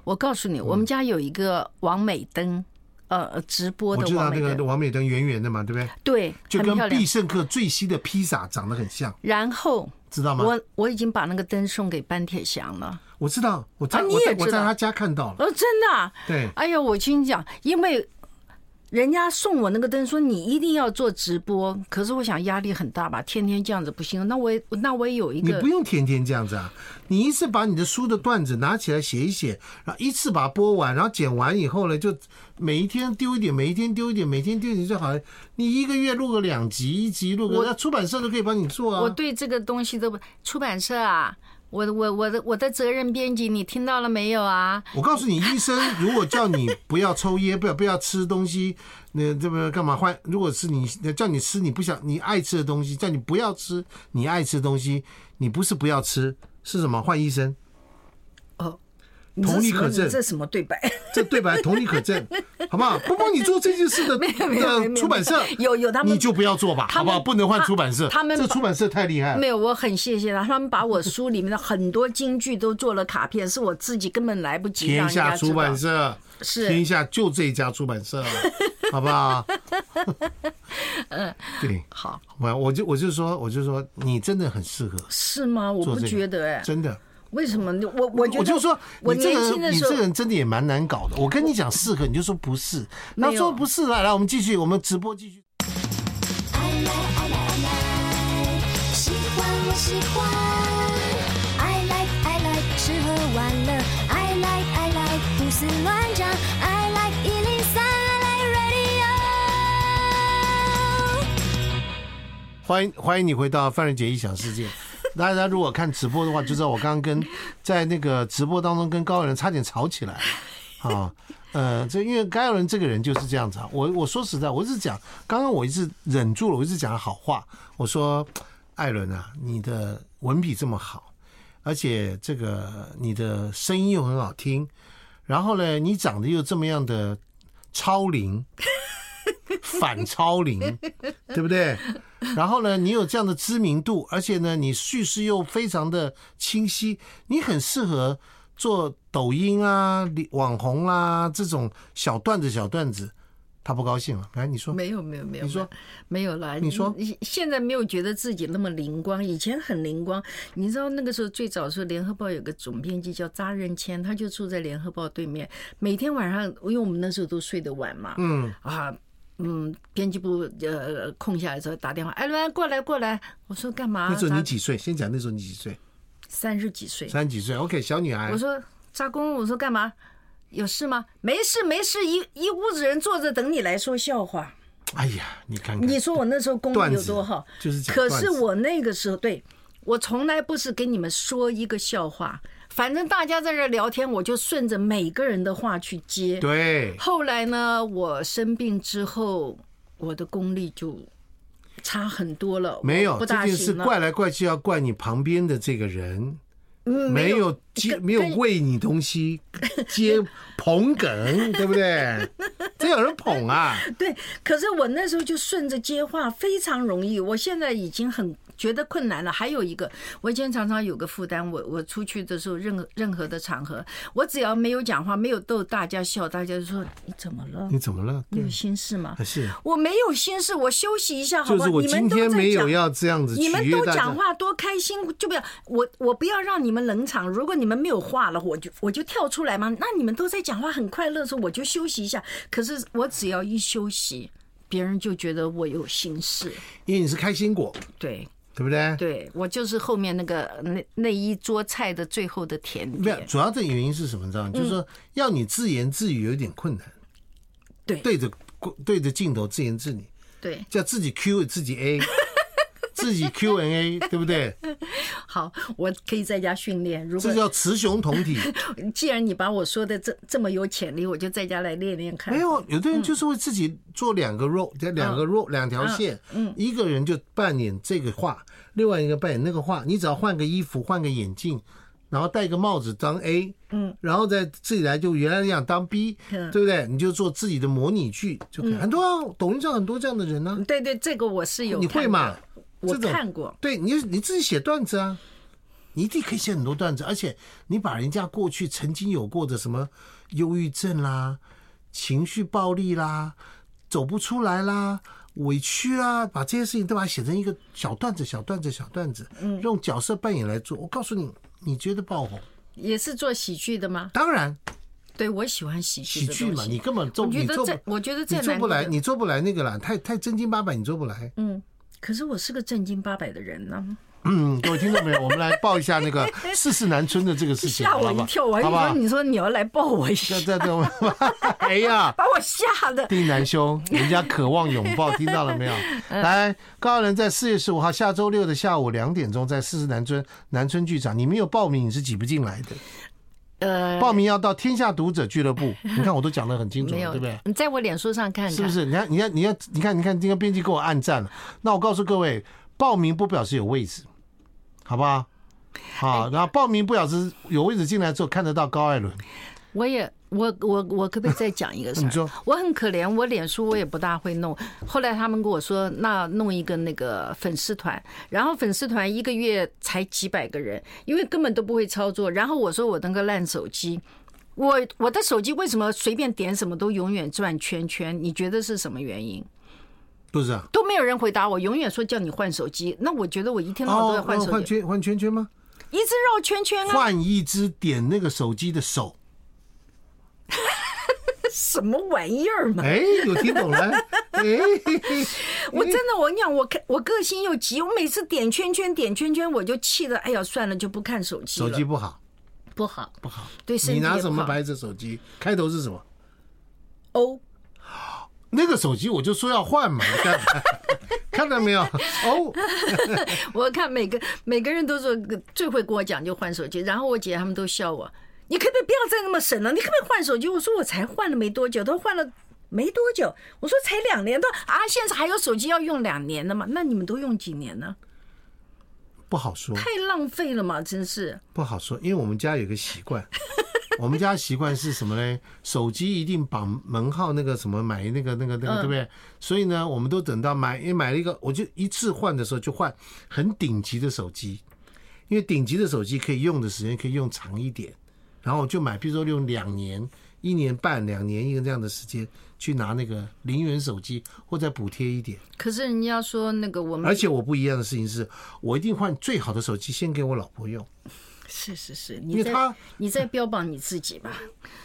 Speaker 2: 我告诉你，
Speaker 1: 嗯
Speaker 2: 我们家有一个王美灯，呃，直播
Speaker 1: 我
Speaker 2: 的
Speaker 1: 知道
Speaker 2: 王
Speaker 1: 那
Speaker 2: 美
Speaker 1: 个
Speaker 2: 灯，
Speaker 1: 王美灯圆圆的嘛，对不对？
Speaker 2: 对，
Speaker 1: 就
Speaker 2: 很
Speaker 1: 跟
Speaker 2: 漂亮
Speaker 1: 必。胜客最新的披萨长得很像，
Speaker 2: 然后
Speaker 1: 知道吗？
Speaker 2: 我我已经把那个灯送给班铁祥了。
Speaker 1: 我知道，我在
Speaker 2: 啊你
Speaker 1: 我
Speaker 2: 也
Speaker 1: 在
Speaker 2: 知道
Speaker 1: 我在他家看到了，
Speaker 2: 哦，真的、啊？
Speaker 1: 对
Speaker 2: 哎呦，我跟你讲，因为人家送我那个灯，说你一定要做直播，可是我想压力很大吧，天天这样子不行。那我也那我也有一
Speaker 1: 你
Speaker 2: 个
Speaker 1: 不，用天天这样子啊，你一次把你的书的段子拿起来写一写，然后一次把它播完，然后剪完以后呢，就每一天丢一点，每一天丢一点，每天丢一点就好了。你一个月录个两集，一集录个，那出版社都可以帮你做啊。
Speaker 2: 我对这个东西都不出版社啊。我我我的我的责任编辑，你听到了没有啊？
Speaker 1: 我告诉你，医生如果叫你不要抽烟，不要不要吃东西，那这个干嘛换？如果是你叫你吃你不想你爱吃的东西，叫你不要吃你爱吃的东西，你不是不要吃，是什么？换医生。
Speaker 2: 这
Speaker 1: 同理
Speaker 2: 什么
Speaker 1: 可证
Speaker 2: 你这什么对白？
Speaker 1: 这对白同理可 证，好不好？不过你做这件事的
Speaker 2: 没有没有
Speaker 1: 的出版社
Speaker 2: 有有他们
Speaker 1: 你就不要做吧，
Speaker 2: 他
Speaker 1: 好
Speaker 2: 们
Speaker 1: 不好？不能换出版社，
Speaker 2: 他他们
Speaker 1: 这
Speaker 2: 把
Speaker 1: 出版社太厉害了
Speaker 2: 没。有，我很谢谢他，他们把我书里面的很多金句都做了卡片，是我自己根本来不及让
Speaker 1: 天
Speaker 2: 人家
Speaker 1: 下
Speaker 2: 知
Speaker 1: 出版
Speaker 2: 道。
Speaker 1: 社
Speaker 2: 是
Speaker 1: 天下就这一家出版 社，好不好？对，
Speaker 2: 嗯好，
Speaker 1: 我我就我就说我就说你真的很适合
Speaker 2: 是吗？我
Speaker 1: 做
Speaker 2: 不
Speaker 1: 这个，
Speaker 2: 觉得哎、
Speaker 1: 真的。
Speaker 2: 为什么？我我觉得
Speaker 1: 我就说
Speaker 2: 我
Speaker 1: 你这
Speaker 2: 年
Speaker 1: 个
Speaker 2: 轻的
Speaker 1: 人，你
Speaker 2: 时
Speaker 1: 这
Speaker 2: 候
Speaker 1: 个人真的也蛮难搞的。我跟你讲适合，你就说不是，
Speaker 2: 没有
Speaker 1: 那说不是来来，我们继续，我们直播继续。
Speaker 4: I like, I like, I like，喜欢我喜欢。I like, I like，吃喝玩乐。I like, I like，胡思乱想。I like 一零三，I like radio。
Speaker 1: 欢迎欢迎你回到范仁杰异想世界。大家如果看直播的话，就知道我刚刚跟在那个直播当中跟高人差点吵起来啊。呃，这因为高人这个人就是这样子啊。我我说实在，我是讲刚刚我一直忍住了，我一直讲好话。我说，艾伦啊，你的文笔这么好，而且这个你的声音又很好听，然后呢，你长得又这么样的超龄，反超龄， 对不对？然后呢，你有这样的知名度，而且呢，你叙事又非常的清晰，你很适合做抖音啊、里网红啦、这种小段子、小段子。他不高兴了，来你说，
Speaker 2: 没有没有没有，
Speaker 1: 你说
Speaker 2: 没有啦？
Speaker 1: 你说
Speaker 2: 你现在没有觉得自己那么灵光，以前很灵光。你知道那个时候最早的时候，《联合报》有个总编辑叫扎任谦，他就住在《联合报》对面，每天晚上，因为我们那时候都睡得晚嘛，嗯啊。嗯，编辑部呃空下来之后打电话，艾伦过来过来，我说干嘛？
Speaker 1: 那时候
Speaker 2: 啊他
Speaker 1: 你几岁？先讲那时候你几岁？
Speaker 2: 三十几岁，
Speaker 1: 三十几岁？OK，小女孩
Speaker 2: 我。说扎工，我说干嘛？有事吗？没事没事，一一屋子人坐着等你来说笑话。
Speaker 1: 哎呀，你看看，
Speaker 2: 你说我那时候功
Speaker 1: 段
Speaker 2: 力
Speaker 1: 子
Speaker 2: 有多好？
Speaker 1: 就是讲
Speaker 2: 可
Speaker 1: 段
Speaker 2: 是
Speaker 1: 子
Speaker 2: 我那个时候，对我从来不是给你们说一个笑话，反正大家在这儿聊天，我就顺着每个人的话去接。
Speaker 1: 对，
Speaker 2: 后来呢，我生病之后，我的功力就差很多了，
Speaker 1: 没
Speaker 2: 我
Speaker 1: 有
Speaker 2: 不
Speaker 1: 这
Speaker 2: 大
Speaker 1: 件事
Speaker 2: 行啊了。
Speaker 1: 怪来怪去，要怪你旁边的这个人。
Speaker 2: 嗯
Speaker 1: 没有接
Speaker 2: 跟
Speaker 1: 没有
Speaker 2: 跟
Speaker 1: 喂你东西，接捧 梗，对不对？这有人捧啊，
Speaker 2: 对，可是我那时候就顺着接话，非常容易。我现在已经很觉得困难了。还有一个，我以前常常有个负担，我我出去的时候，任何任何的场合，我只要没有讲话，没有逗大家笑，大家就说你怎么了
Speaker 1: 你？怎么了？
Speaker 2: 你有心事吗
Speaker 1: 啊？是，
Speaker 2: 我没有心事，我休息一下，
Speaker 1: 就
Speaker 2: 好不
Speaker 1: 是
Speaker 2: 好？
Speaker 1: 我
Speaker 2: 你
Speaker 1: 今
Speaker 2: 们都
Speaker 1: 天
Speaker 2: 在
Speaker 1: 没有
Speaker 2: 讲
Speaker 1: 要这样子
Speaker 2: 你
Speaker 1: 取
Speaker 2: 们
Speaker 1: 悦
Speaker 2: 都
Speaker 1: 大
Speaker 2: 讲
Speaker 1: 家。
Speaker 2: 话多开心，就不要我我不要让你们冷场。如果你们没有话了，我就我就跳出来嘛。那你们都在讲话很快乐的时候，我就休息一下。可是我只要一休息，别人就觉得我有心事。
Speaker 1: 因为你是开心果，
Speaker 2: 对，
Speaker 1: 对不对？
Speaker 2: 对我就是后面那个那那一桌菜的最后的甜
Speaker 1: 没有，
Speaker 2: 点。
Speaker 1: 主要的原因是什么？你
Speaker 2: 嗯
Speaker 1: 知道吗？就是说要你自言自语有点困难，
Speaker 2: 对
Speaker 1: 对着对着镜头自言自语，
Speaker 2: 对，
Speaker 1: 叫自己 Q 自己 A，自己 Q N A，对不对？
Speaker 2: 好，我可以在家训练。如果
Speaker 1: 这叫雌雄同体。
Speaker 2: 既然你把我说的这这么有潜力，我就在家来练练看。
Speaker 1: 没有，哎有的人就是会自己做两个 role，这两个 role 两条线，一个人就扮演这个画，另外一个扮演那个画。你只要换个衣服，换个眼镜，然后戴个帽子当 A，嗯，然后再自己来就原来那样当 B，对不对？你就做自己的模拟剧就可以。很多啊，抖音上很多这样的人啊呢，
Speaker 2: 对对，这个我是有
Speaker 1: 你会
Speaker 2: 看
Speaker 1: 吗
Speaker 2: 过？
Speaker 1: 这
Speaker 2: 我
Speaker 1: 种
Speaker 2: 看过。
Speaker 1: 对你你自己写段子啊，你一定可以写很多段子，而且你把人家过去曾经有过的什么忧郁症啦、情绪暴力啦、走不出来啦、委屈啦，把这些事情都把它写成一个小段子、小段子、小段子，
Speaker 2: 嗯
Speaker 1: 用角色扮演来做。我告诉你，你绝对爆红。
Speaker 2: 也是做喜剧的吗？
Speaker 1: 当然，
Speaker 2: 对，我喜欢喜剧
Speaker 1: 喜
Speaker 2: 的
Speaker 1: 剧嘛，
Speaker 2: 东西
Speaker 1: 你根本做
Speaker 2: 我觉
Speaker 1: 你
Speaker 2: 得
Speaker 1: 做
Speaker 2: 这
Speaker 1: 不，
Speaker 2: 我觉得这
Speaker 1: 你做
Speaker 2: 难
Speaker 1: 不来，
Speaker 2: 度
Speaker 1: 你做不来那个啦，太太正经八百，你做不来。
Speaker 2: 可是我是个正经八百的人呢、
Speaker 1: 嗯，各位听众朋友，我们来报一下那 个世事难春的这个事情，
Speaker 2: 吓我
Speaker 1: 好不
Speaker 2: 一
Speaker 1: 好
Speaker 2: 跳！我还
Speaker 1: 好不好
Speaker 2: 说你说你要来抱我一下
Speaker 1: 这，这 这，我哎呀，
Speaker 2: 把我吓的。
Speaker 1: 定南兄，人家渴望拥抱，听到了没有？
Speaker 2: 嗯
Speaker 1: 来，高人在四月十五号下周六的下午两点钟，在四十南村南村剧场，你没有报名，你是挤不进来的。
Speaker 2: 呃，
Speaker 1: 报名要到天下读者俱乐部，你看我都讲得很清楚
Speaker 2: 没
Speaker 1: 了，
Speaker 2: 有，
Speaker 1: 对不对？
Speaker 2: 你在我脸书上看看，
Speaker 1: 是不？是？你看，你看，你看，你看，你看，今天编辑给我按赞了。那我告诉各位，报名不表示有位置，好不好？好，然后报名不表示有位置进来之后看得到高艾伦，
Speaker 2: 我也，我我我可不可以再讲一个事
Speaker 1: 哦你说
Speaker 2: 儿？我很可怜，我脸书我也不大会弄。后来他们跟我说，那弄一个那个粉丝团，然后粉丝团一个月才几百个人，因为根本都不会操作。然后我说我那个烂手机。我我的手机为什么随便点什么都永远转圈圈？你觉得是什么原因？
Speaker 1: 不是啊？
Speaker 2: 都没有人回答我，永远说叫你换手机。那我觉得我一天到晚都在换手
Speaker 1: 哦换
Speaker 2: 机，
Speaker 1: 圈换圈圈吗？
Speaker 2: 一直绕圈圈啊，
Speaker 1: 换一只点那个手机的手。
Speaker 2: 什么玩意儿嘛！
Speaker 1: 哎，有听懂了？哎，嘿嘿
Speaker 2: 我真的，我跟你讲，我看我个性又急，我每次点圈圈点圈圈，我就气得，哎呀，算了，就不看手机了。
Speaker 1: 手机不好，
Speaker 2: 不好，不好，对身体哦
Speaker 1: 你拿
Speaker 2: 也
Speaker 1: 什
Speaker 2: 不
Speaker 1: 么
Speaker 2: 好
Speaker 1: 牌子手机？开头是什么？
Speaker 2: ？O
Speaker 1: 那个手机我就说要换嘛，你看看到没有？哦，
Speaker 2: 我看每个每个人都说最会跟我讲就换手机，然后我姐他们都笑我，你可不可以不要再那么省了？你可不可以换手机？我说我才换了没多久，都换了。没多久，我说才两年，都啊，现在还有手机要用两年的嘛？那你们都用几年呢？
Speaker 1: 不好说，
Speaker 2: 太浪费了嘛，真是。
Speaker 1: 不好说，因为我们家有个习惯，我们家习惯是什么呢？手机一定绑门号那个什么买那个那个那个，对不对？所以呢，我们都等到买因为买了一个，我就一次换的时候就换很顶级的手机，因为顶级的手机可以用的时间可以用长一点，然后我就买，比如说用两年、一年半、两年一个这样的时间去拿那个零元手机，或再补贴一点。
Speaker 7: 可是人家说那个我们
Speaker 1: 而且我不一样的事情是，我一定换最好的手机先给我老婆用。
Speaker 2: 是是是，
Speaker 1: 因
Speaker 2: 你
Speaker 1: 为
Speaker 2: 在
Speaker 1: 他嗯
Speaker 2: 你在标榜你自己吧？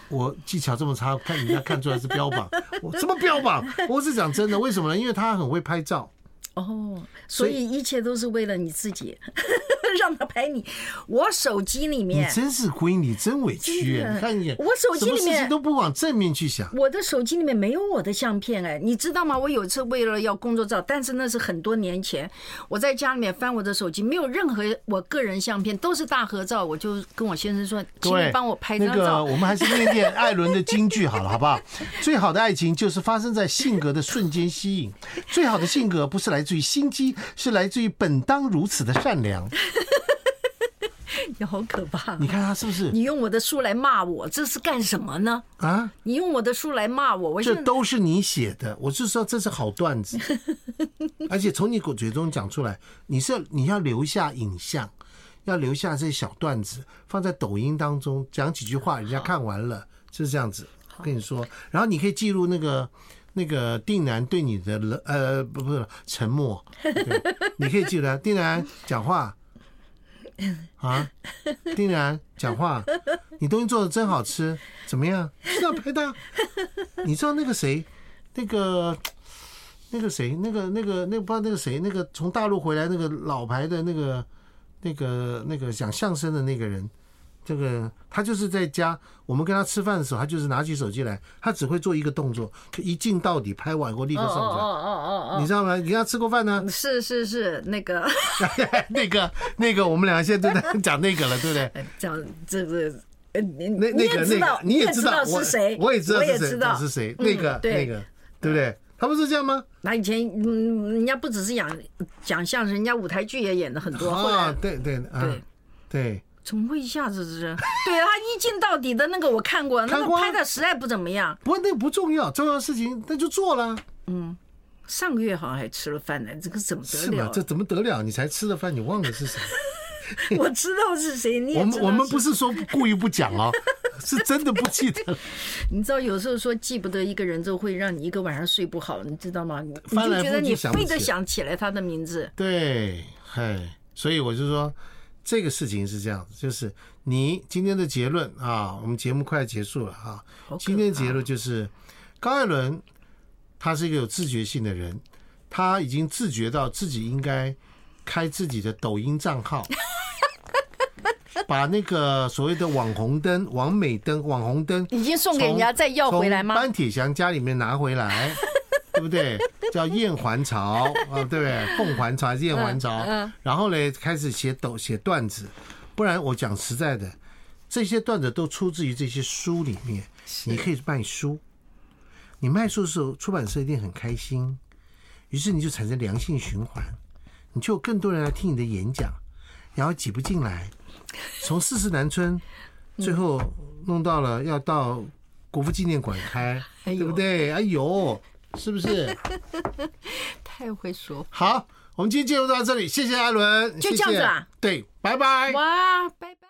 Speaker 1: 我技巧这么差，看人家看出来是标榜， 我什么标 榜？我是讲真的，为什么呢？因为他很会拍照，
Speaker 2: 哦，所
Speaker 1: 以
Speaker 2: 以一切都是为了你自己， 让他拍你。我手机里
Speaker 1: 你
Speaker 2: 面，
Speaker 1: 真是闺女，真委屈、
Speaker 2: 真的
Speaker 1: 你看你，
Speaker 2: 我手
Speaker 1: 什
Speaker 2: 机
Speaker 1: 么
Speaker 2: 里
Speaker 1: 事
Speaker 2: 面
Speaker 1: 情都不往正面去想，
Speaker 2: 我的手机里面没有我的相片哎，你知道吗？我有一次为了要工作照，但是那是很多年前，我在家里面翻我的手机，没有任何我个人相片，都是大合照。我就跟我先生说，
Speaker 1: 各
Speaker 2: 请
Speaker 1: 位
Speaker 2: 你帮我拍
Speaker 1: 那
Speaker 2: 张
Speaker 1: 个，
Speaker 2: 照。
Speaker 1: 我们还是念念艾伦的金句好了，好不好？ 最好的爱情就是发生在性格的瞬间吸引，最好的性格不是来自于心机，是来自于本当如此的善良。
Speaker 2: 你哎好可怕！
Speaker 1: 你看他是不是
Speaker 2: 你用我的书来骂我，这是干什么呢？
Speaker 1: 啊？
Speaker 2: 你用我的书来骂我，我现
Speaker 1: 这
Speaker 2: 在
Speaker 1: 都是你写的，我是说这是好段子，而且从你口嘴中讲出来，你是你要留下影像，要留下这些小段子，放在抖音当中讲几句话，人家看完了就是这样子。我跟你说，然后你可以记录那个那个定南对你的冷呃不不是沉默，对你可以记得定南讲话啊，定南讲话，你东西做的真好吃，怎么样？是要拍的。你知道那个谁，那个那个谁，那个那个那个不知道那个谁，那个从大陆回来那个老牌的那个那个那个讲相声的那个人，这个他就是在家，我们跟他吃饭的时候，他就是拿起手机来，他只会做一个动作，就一镜到底，拍完以后立刻上
Speaker 2: 哦
Speaker 1: 传。你知道吗？你跟他吃过饭呢？
Speaker 2: 是是是那个。
Speaker 1: 那个那个，我们俩现在都在讲那个了，对不对？
Speaker 2: 讲这个，呃，你
Speaker 1: 那
Speaker 2: 你
Speaker 1: 那个
Speaker 2: 也知
Speaker 1: 那
Speaker 2: 道
Speaker 1: 个，，你也
Speaker 2: 知
Speaker 1: 知
Speaker 2: 道
Speaker 1: 道
Speaker 2: 是谁，
Speaker 1: 我也知道
Speaker 2: 我
Speaker 1: 是
Speaker 2: 也
Speaker 1: 谁
Speaker 2: 知道
Speaker 1: 是谁，
Speaker 2: 嗯
Speaker 1: 那个
Speaker 2: 对
Speaker 1: 那个，对不对？他不是这样吗？
Speaker 2: 那以前，嗯，人家不只是讲讲相声，人家舞台剧也演的很多。后
Speaker 1: 啊
Speaker 2: 来，
Speaker 1: 对对啊
Speaker 2: 对，
Speaker 1: 对，
Speaker 2: 怎么会一下子是？ 对他一镜到底的那个我看过，那
Speaker 1: 看
Speaker 2: 个
Speaker 1: 过啊
Speaker 2: 拍的实在不怎么样。
Speaker 1: 不过那不重要，重要的事情那就做了，
Speaker 2: 上个月好像还吃了饭呢，这个怎么得
Speaker 1: 是吗
Speaker 2: 了？？
Speaker 1: 这怎么得了？你才吃了饭，你忘了是谁？
Speaker 2: 我知道是谁， 你也
Speaker 1: 我
Speaker 2: 知
Speaker 1: 们
Speaker 2: 道
Speaker 1: 我们
Speaker 2: 是
Speaker 1: 不是说故意不讲 哦，是真的不记得了，
Speaker 2: 你知道有时候说记不得一个人，就会让你一个晚上睡不好，你知道吗？你你
Speaker 1: 翻来
Speaker 2: 就觉
Speaker 1: 覆
Speaker 2: 得
Speaker 1: 去
Speaker 2: 你
Speaker 1: 想不
Speaker 2: 非得
Speaker 1: 起
Speaker 2: 想起来他的名字。
Speaker 1: 对，嘿，所以我就说。这个事情是这样子，就是你今天的结论啊，我们节目快结束了啊。今天的结
Speaker 2: 哦
Speaker 1: 论就是，高艾伦他是一个有自觉性的人，他已经自觉到自己应该开自己的抖音账号， 把那个所谓的网红灯、网美灯、网红灯
Speaker 7: 已经送给人家，
Speaker 1: 从
Speaker 7: 再要回来吗
Speaker 1: 从？班铁祥家里面拿回来， 对不对？叫燕环潮啊，对不对？凤还潮还是燕环潮？
Speaker 7: 嗯
Speaker 1: 然后呢，开始写抖写段子，不然我讲实在的，这些段子都出自于这些书里面，你可以卖书。你卖书的时候，出版社一定很开心，于是你就产生良性循环，你就有更多人来听你的演讲，然后挤不进来，从四十南村，
Speaker 2: 嗯
Speaker 1: 最后弄到了要到国父纪念馆开，对不对？哎呦，是不 是？
Speaker 7: 太会说
Speaker 1: 好，我们今天节目到这里，谢谢艾伦，
Speaker 2: 就这样
Speaker 1: 谢
Speaker 2: 子啊
Speaker 1: 谢
Speaker 2: 啦，
Speaker 1: 对，拜拜。
Speaker 7: 哇，拜拜。